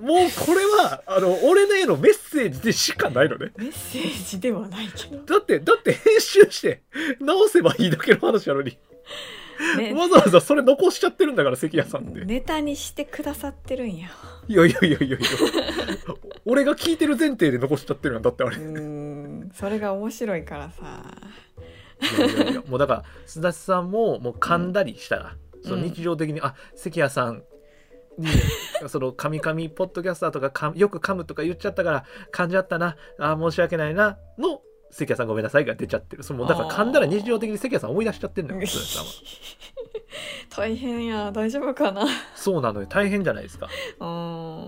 A: もうこれはあの俺のへのメッセージでしかないのね
B: メッセージではないけど
A: だってだって編集して直せばいいだけの話なのに
B: ね
A: わざわざそれ残しちゃってるんだから関谷さんって、
B: ネタにしてくださってるんや
A: いやいやいやいやいや俺が聞いてる前提で残しちゃってるんだってあれ
B: う
A: い
B: ーんそれが面白いから
A: や
B: さ
A: いやいやもうだから須田さんももう噛んだりしたら、
B: ん
A: その日常的に、あ関谷さんにその「カミカミポッドキャスター」とかかよく噛むとか言っちゃったから噛んじゃったなあー申し訳ないなの関谷さんごめんなさいが出ちゃってるそのだから噛んだら日常的に関谷さん思い出しちゃってるのよ須田さんは
B: 大変や大丈夫かな
A: そうなのよ大変じゃないですか
B: う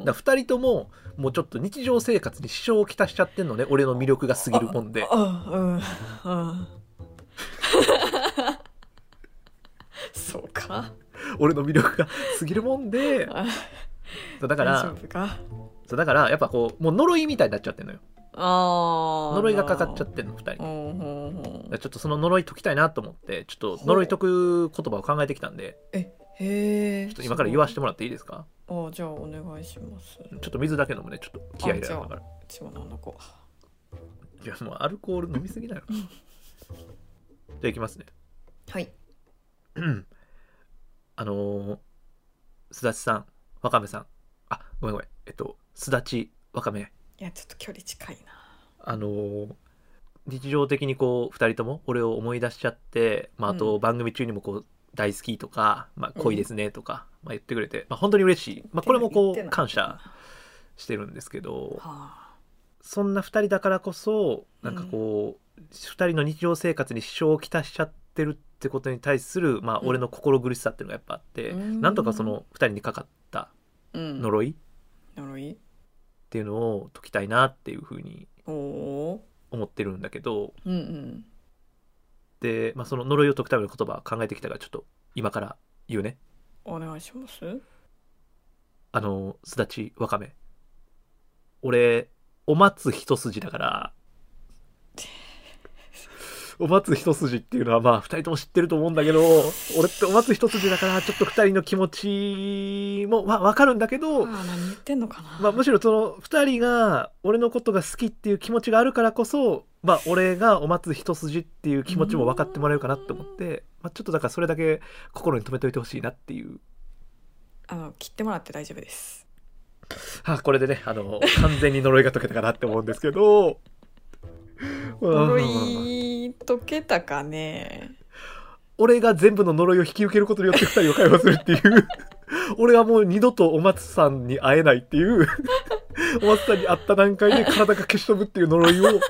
B: ん
A: だから2人とももうちょっと日常生活に支障をきたしちゃってんのね俺の魅力が過ぎるもんで
B: うんうんうん そうか
A: 俺の魅力が過ぎるもんで
B: あ
A: だから
B: 大丈夫か
A: そうだからやっぱこうもう呪いみたいになっちゃってんのよ
B: ああ
A: 呪いがかかっちゃって
B: る
A: んの2人だ
B: う
A: か
B: んうんうん
A: らちょっとその呪い解きたいなと思ってちょっと呪い解く言葉を考えてきたんで
B: へえ
A: ちょっと今から言わせてもらっていいですか
B: あじゃあお願いします
A: ちょっと水だけ飲むねちょっと気合い入れながら
B: うちも飲んどこう
A: いやもうアルコール飲みすぎ だよじゃあいきますね
B: はい
A: うんあのー、すだちさんわかめさんあごめんごめんえっとすだちわかめ
B: いやちょっと距離近いな
A: あのー日常的にこう2人とも俺を思い出しちゃって、まあ、あ
B: う
A: と
B: ん
A: 番組中にもこう大好きとか、まあ、
B: うん
A: 恋ですねとか、まあ、言ってくれて、まあ、本当に嬉しい、まあ、これもこ
B: 言ってな
A: う
B: い
A: 感謝してるんですけど
B: はあ
A: そんな2人だからこそなんかこう、2人の日常生活に支障をきたしちゃってるってことに対する、まあ、
B: うん
A: 俺の心苦しさっていうのがやっぱあって、
B: うん
A: なんとかその2人にかかった
B: うん
A: 呪いっ
B: 呪い
A: ていうのを解きたいなっていうふうに
B: おお
A: 思ってるんだけど。
B: ーうんうん
A: で、まあ、その呪いを解くための言葉を考えてきたからちょっと今から言うね
B: お願いします
A: あのすだちわかめ俺お松一筋だからお松一筋っていうのはまあ2人とも知ってると思うんだけど俺ってお松一筋だからちょっと2人の気持ちもまあ分かるんだけ
B: あ
A: ど、
B: ー何言ってんのかな
A: まあ、むしろその2人が俺のことが好きっていう気持ちがあるからこそ、まあ、俺がお松一筋っていう気持ちも分かってもらえるかなと思って、まあ、ちょっとだからそれだけ心に留めておいてほしいなっていう
B: あの切ってもらって大丈夫です
A: あこれでねあの完全に呪いが解けたかなって思うんですけど
B: 呪
A: うん
B: い解けたかね
A: 俺が全部の呪いを引き受けることによって2人を会話するっていう 俺はもう二度とお松さんに会えないっていう お松さんに会った段階で体が消し飛ぶっていう呪い を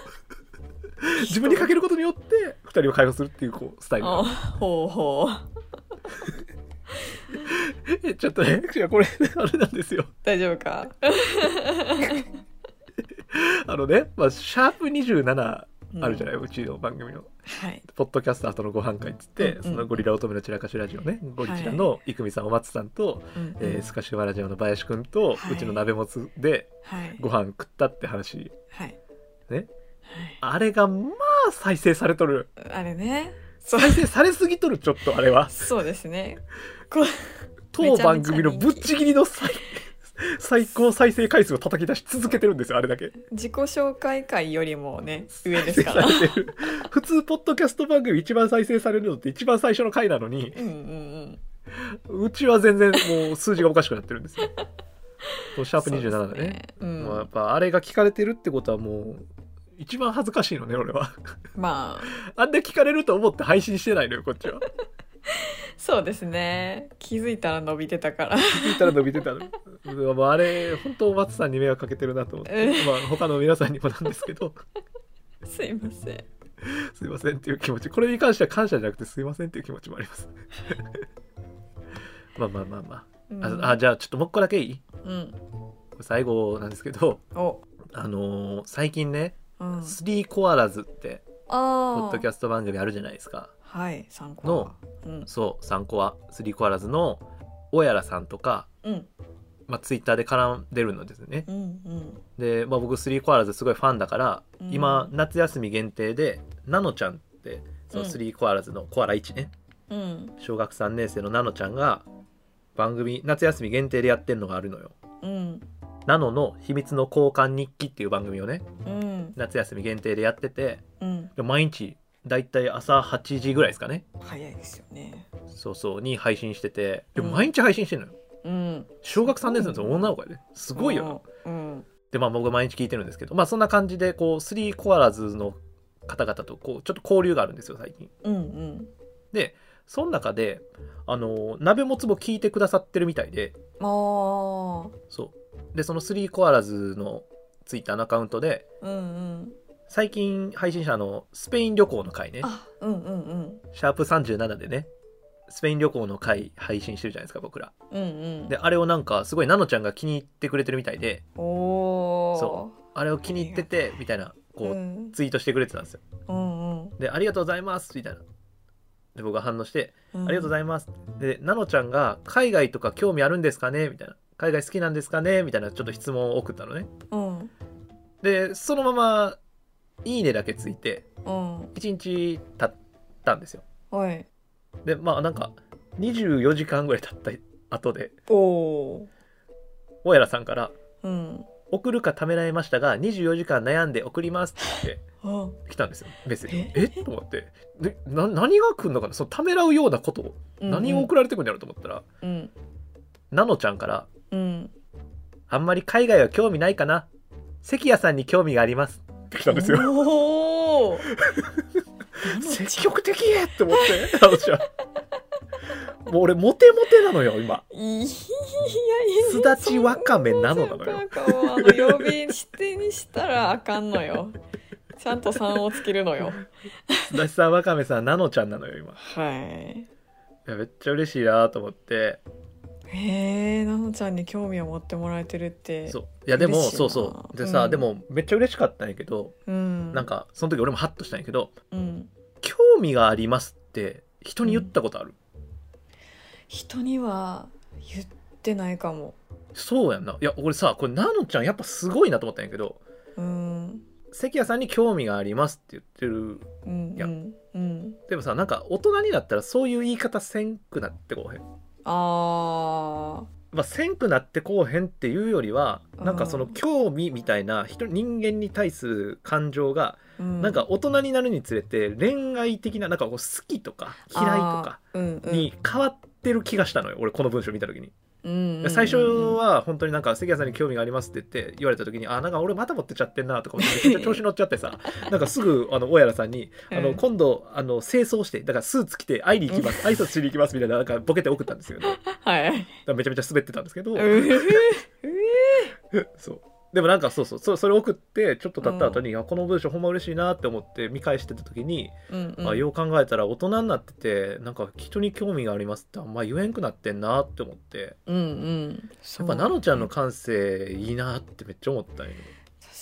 A: 自分にかけることによって2人を会話するっていうこうスタイル
B: あ
A: が
B: ほうほう
A: えちょっとねいやこれ あれなんですよ
B: 大丈夫か
A: あのね、まあ、シャープ27あるじゃない、
B: いう
A: ちの番組の
B: はい
A: ポッドキャスト後のご飯会っつって、
B: うんうん
A: そのゴリラ乙女の散らかしラジオねゴリチラの生美さんお松さんと、
B: うん
A: えースカシウマラジオの林くんと、
B: はいう
A: ちの鍋もつで
B: はい
A: ご飯食ったって話
B: はい
A: ね
B: はい
A: あれがまあ再生されとる
B: あれねそう
A: 再生されすぎとるちょっとあれは
B: そうですねこ
A: 当番組のぶっちぎりの最最高再生回数を叩き出し続けてるんですよあれだけ
B: 自己紹介会よりもね上です から
A: 再生されてる普通ポッドキャスト番組一番再生されるのって一番最初の回なのに
B: うんうん
A: うちは全然もう数字がおかしくなってるんですよもうシ
B: シ
A: ャープ27だね
B: うん
A: もうやっぱあれが聞かれてるってことはもう一番恥ずかしいのね俺は
B: まあ
A: あんで聞かれると思って配信してないのよこっちは
B: そうですね気づいたら伸びてたから
A: 気づいたら伸びてたのうんもうあれ本当松さんに迷惑かけてるなと思って
B: う
A: まあ他の皆さんにもなんですけど
B: すいません
A: すいませんっていう気持ちこれに関しては感謝じゃなくてすいませんっていう気持ちもあります まあまあまあま
B: うん
A: あ、ああじゃあちょっともう一個だけいい
B: うん
A: 最後なんですけど
B: お
A: あのー最近ね
B: うん
A: 「スリーコアラズ」ってポ
B: あ
A: ッドキ
B: あ
A: ャスト番組あるじゃないですか
B: はい参考
A: の
B: うん
A: そう、3コア、3コアラズの、小やらさんとか、
B: うん
A: まあ、ツイッターで絡んでるのですね。
B: うんうん
A: で、まあ、僕、3コアラズすごいファンだから、
B: うん
A: 今、夏休み限定で、ナノちゃんって、その
B: うん
A: 3コアラズのコアラ1ね、
B: うん
A: 小学3年生のナノちゃんが、番組、夏休み限定でやってるのがあるのよ。
B: うん
A: ナノの秘密の交換日記っていう番組をね、
B: うん
A: 夏休み限定でやってて、
B: うん
A: で毎日、だいたい朝8時ぐらいですかね。
B: 早いですよね
A: そうそう、に配信してて、で
B: うん
A: 毎日配信してるのよ。
B: うん
A: 小学3年生の女の子やで、すごいよな
B: うん
A: でまあ僕毎日聞いてるんですけどまあそんな感じでこう3コアラズの方々とこうちょっと交流があるんですよ最近
B: うんうん
A: でその中であの鍋もつぼ聞いてくださってるみたいで
B: ああ
A: そうでその3コアラズのツイッターのアカウントで
B: うんうん
A: 最近配信したあのスペイン旅行の回ね
B: あうんうんうん
A: シャープ37でねスペイン旅行の回配信してるじゃないですか僕ら
B: うんうん
A: であれをなんかすごいナノちゃんが気に入ってくれてるみたいで
B: おお
A: そあれを気に入っててみたいなこう
B: うん
A: ツイートしてくれてたんですよ
B: うんうん
A: で「ありがとうございます」みたいなで僕が反応して「ありがとうご
B: い
A: ざいます」で「なのちゃんが海外とか興味あるんですかね?」みたいな「海外好きなんですかねみたいなちょっと質問を送ったのね
B: うん
A: でそのまま「いいね」だけついて
B: うん
A: 1日経ったんですよ
B: はい
A: でまあなんか24時間ぐらい経った後で
B: おお
A: 小ラさんから
B: ーうん
A: 「送るかためらいましたが24時間悩んで送ります」って
B: あ
A: 来たんですよメッセージ
B: え
A: えと思ってでな何が来るのかなそのためらうようなことを何を送られてくるんだろうと思ったら、
B: うん
A: ナノちゃんから
B: うん
A: 「あんまり海外は興味ないかな関谷さんに興味があります」って来たんですよ
B: おお
A: 積極的やって思ってナノちゃんもう俺モテモテなのよ今
B: いやいやいや
A: すだちわかめなのなのよ
B: なんかもうあの曜日指定にしたらあかんのよちゃんと3をつけるのよ
A: すだちさんわかめさんナノちゃんなのよ今い
B: はい
A: やめっちゃ嬉しいなと思って
B: へえなのちゃんに興味を持ってもらえてるって
A: そういやでも
B: 嬉しいな
A: そうそうでさ、
B: うん
A: でもめっちゃ嬉しかったんやけど
B: うん
A: なんかその時俺もハッとしたんやけど
B: うん
A: 興味がありますって人に言ったことある、
B: 人には言ってないかも
A: そうやんないや俺さこれナノちゃんやっぱすごいなと思ったんやけど
B: うん
A: 関谷さんに興味がありますって言ってる
B: うん
A: いや
B: うんうん
A: でもさなんか大人になったらそういう言い方せんくなってこうへん、
B: あ
A: まあ、せんくなってこうへんっていうよりはなんかその
B: うん
A: 興味みたいな人人間に対する感情が
B: ー、うん、
A: なんか大人になるにつれて恋愛的ななんかこう好きとか嫌いとか
B: あーうんうん
A: に変わってる気がしたのよ俺この文章見た時に。
B: うんうん
A: 最初は本当になんか関谷さんに興味がありますって言って言われた時にあなんか俺また持ってちゃってんなとか思ってめっちゃ調子乗っちゃって さなんかすぐあの大家さんにあ
B: う
A: の
B: ん
A: 今度あの清掃してだからスーツ着て会いに行きます挨拶しに行きますみたいななんかボケて送ったんですよねだか
B: はい
A: らめちゃめちゃ滑ってたんですけど
B: うえ
A: そうでもなんかそうそうそそれ送ってちょっと経った後に、あこの文章ほんま嬉しいなって思って見返してた時に、
B: うんう ん
A: あよう考えたら大人になっててなんか人に興味がありますってあんま言えんくなってんなって思って
B: うんうんそ
A: や
B: う
A: っぱ奈々ちゃんの感性いいなってめっちゃ思ったんよ。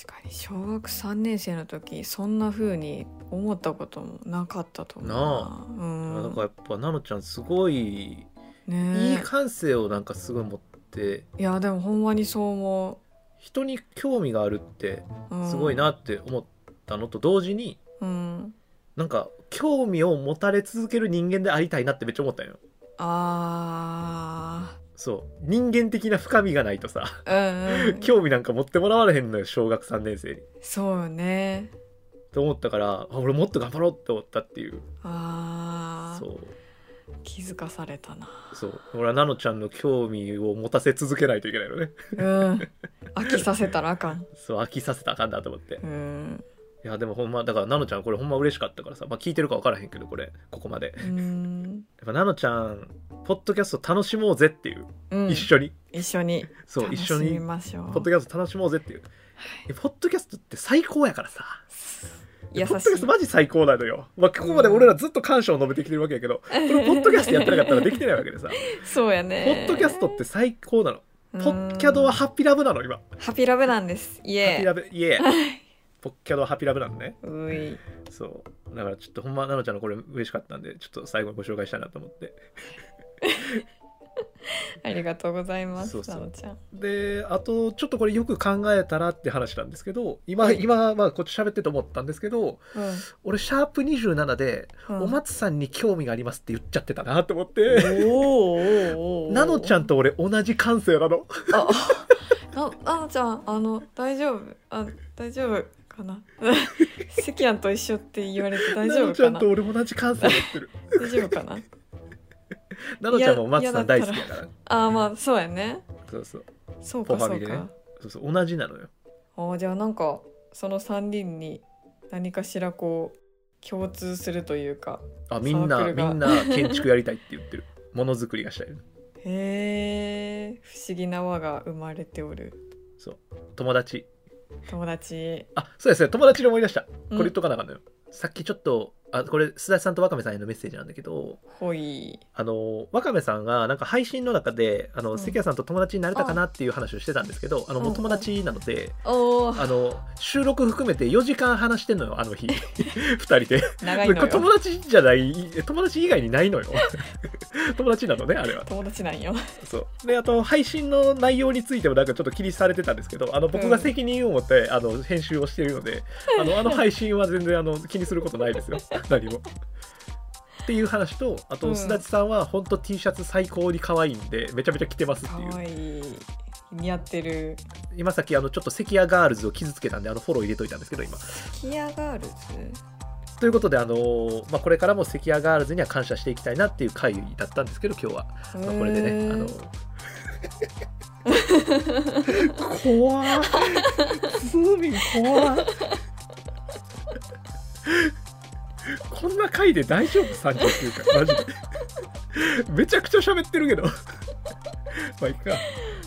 B: 確かに小学3年生の時そんな風に思ったこともなかったと思う
A: な
B: なうん
A: なんかやっぱ奈々ちゃんすごい
B: ね
A: い
B: え
A: い感性をなんかすごい持って
B: いやでもほんまにそう思
A: 人に興味があるって
B: う、うん
A: すごいなって思ったのと同時に
B: うん
A: なんか興味を持たれ続ける人間でありたいなってめっちゃ思ったんよ
B: あ
A: そう人間的な深みがないとさ
B: ー うん、うん、
A: 興味なんか持ってもらわれへんのよ小学3年生に。
B: そうよね
A: と思ったからあ俺もっと頑張ろうって思ったっていう
B: ああ
A: そう
B: 気づかされたな
A: そう俺は奈々ちゃんの興味を持たせ続けないといけないのね
B: うん飽きさせたらあかん
A: そう飽きさせたらあかんなと思って
B: うん
A: いやでもほんまだから奈々ちゃんこれほんま嬉しかったからさ、まあ、聞いてるか分からへんけどこれここまでやっ
B: うん、
A: ぱ奈々ちゃんポッドキャスト楽しもうぜっていう、
B: うん、
A: 一緒に
B: 一緒に
A: そう一緒に
B: みましょう
A: ポッドキャスト楽しもうぜっていうえポッドキャストって最高やからさ
B: 優し
A: ポッドキャス
B: い
A: トマジ最高なのよ、まあ、ここまで俺らずっと感謝を述べてきてるわけやけ ど、これポッドキャストやってなかったらできてないわけでさ、
B: そうや
A: ポ
B: ね
A: ッドキャストって最高なの
B: ポ
A: ポッキャドはハッピーラブなの今ハ
B: ハピラブなんです。
A: ッピ
B: い
A: ー
B: え。
A: ラブイエーポッキャドはハッピーラブなのね
B: うい。
A: そうだからちょっとほんま奈々ちゃんのこれ嬉しかったんでちょっと最後にご紹介したいなと思って
B: ありがとうございます。
A: そうそう
B: なのちゃん。
A: であとちょっとこれよく考えたらって話なんですけど今、
B: はい
A: 今まあこっち喋ってと思ったんですけど俺シャープ27で、
B: うん
A: お松さんに興味がありますって言っちゃってたなと思って、
B: おーおーおー
A: なのちゃん。と俺同じ感性なの
B: あ、あななのちゃん、あの、大丈夫、あ、大丈夫かな。 関やんと一緒って言われて大
A: な
B: 丈
A: の
B: 夫
A: ちゃ
B: か
A: ん
B: な
A: と。俺も同じ感性持ってる
B: 大丈夫かな。
A: なのちゃんもお松さん大好きだから
B: あー、まあ、そうやね。
A: そうそう
B: そう
A: ポ
B: か、
A: フ
B: そ
A: ァミ
B: う
A: でね
B: か。
A: そうそう同じなのよ
B: あー、じゃあ、なんか、その三人に、何かしらこう。共通するというか。
A: あみん
B: サー
A: な
B: クルが
A: みんな建築やりたいって言ってるものづくりがしたい
B: へえ、不思議な輪が生まれておる。
A: 友達
B: 友達。
A: あそうですね友達で思い出したこれ言っとかなあかんのよ、さっきちょっとあこれ須田さんとワカメさんへのメッセージなんだけど
B: ほい。
A: あのワカメさんがなんか配信の中であの、
B: うん
A: 関谷さんと友達になれたかなっていう話をしてたんですけどあのもう友達なので、
B: おお、
A: あの収録含めて4時間話してんのよあ の日2人で
B: 長い
A: こ
B: の
A: れ
B: よ。
A: 友達じゃない友達以外にないのよ 友達なのねあれは
B: 友達なんよ。
A: そうであと配信の内容についてもなんかちょっと気にされてたんですけどあの僕が責任を持って、あの編集をしているの であのあの配信は全然あの気にすることないですよ何も。っていう話とあ
B: う
A: と
B: ん
A: すだちさんは本当 T シャツ最高に可愛いんでめちゃめちゃ着てますっ
B: か
A: ていう
B: わいい。似合ってる。
A: 今さっきあのちょっと関谷ガールズを傷つけたんであのフォロー入れといたんですけど今。
B: キアガールズ。
A: ということであのーまあ、これからも関谷ガールズには感謝していきたいなっていう回だったんですけど今日は、まあ、これでねあの怖っズーミン怖っこんな回で大丈夫39回マジでめちゃくちゃ喋ってるけどまあいいか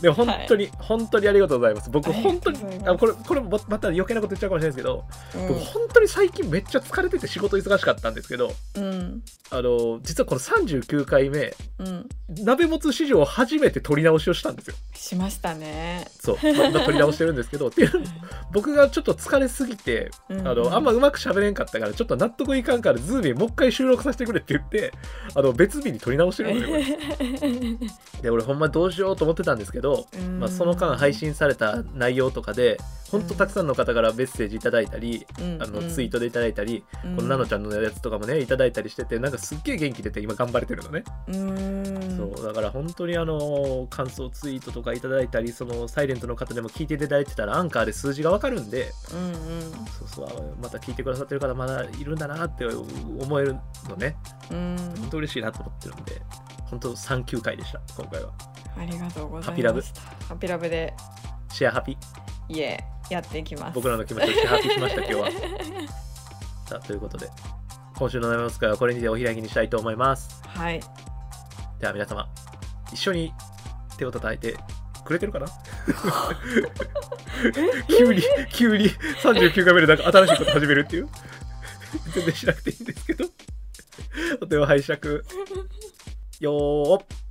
A: でも本当に、本当にありがとうございます僕本当に
B: ありが
A: あ
B: とうご
A: これこれもまた余計なこと言っちゃうかもしれないですけど僕
B: ー
A: 本当に最近めっちゃ疲れてて仕事忙しかったんですけど
B: うん。うん。
A: あの実はこの39回目
B: うん。
A: 鍋もつ史上初めて撮り直しをしたんですよ
B: しましたね。
A: そうまま撮り直してるんですけどっていうのも僕がちょっと疲れすぎて
B: あ
A: あのあんまうまく喋れんかったからちょっと納得いかんからズームにもう一回収録させてくれって言ってあの別日に撮り直してるのよこれ で俺ほんまどうしようと思ってたんですけど、まあ、その間配信された内容とかでほんとたくさんの方からメッセージいただいたりあのツイートでいただいたりこのナノち
B: ゃ
A: ゃんのやつとかもねいただいたりしててなんかすっげえ元気出て今頑張れてるのね、
B: ん。うん。
A: そうだから本当にあの感想ツイートとかいただいたりそのサイレントの方でも聞いていただいてたらアンカーで数字がわかるんで
B: うんうん。
A: そうそうあまた聞いてくださってる方まだいるんだなって思えるのね
B: うん。
A: 本当嬉しいなと思ってるんで本当3級回でした今回は
B: ありがとうございます。
A: ハピラブ
B: ハピラブで、
A: シェアハピ
B: いえ、やっていきます。
A: 僕らの気持ちをシェアハピしました今日 はさあということで今週の悩みます会はこれにてお開きにしたいと思います
B: はい。
A: では皆様一緒に手を叩いてくれてるかな 急に急に39回目でなんか新しいこと始めるっていう全然しなくていいんですけどお手を拝借よーっ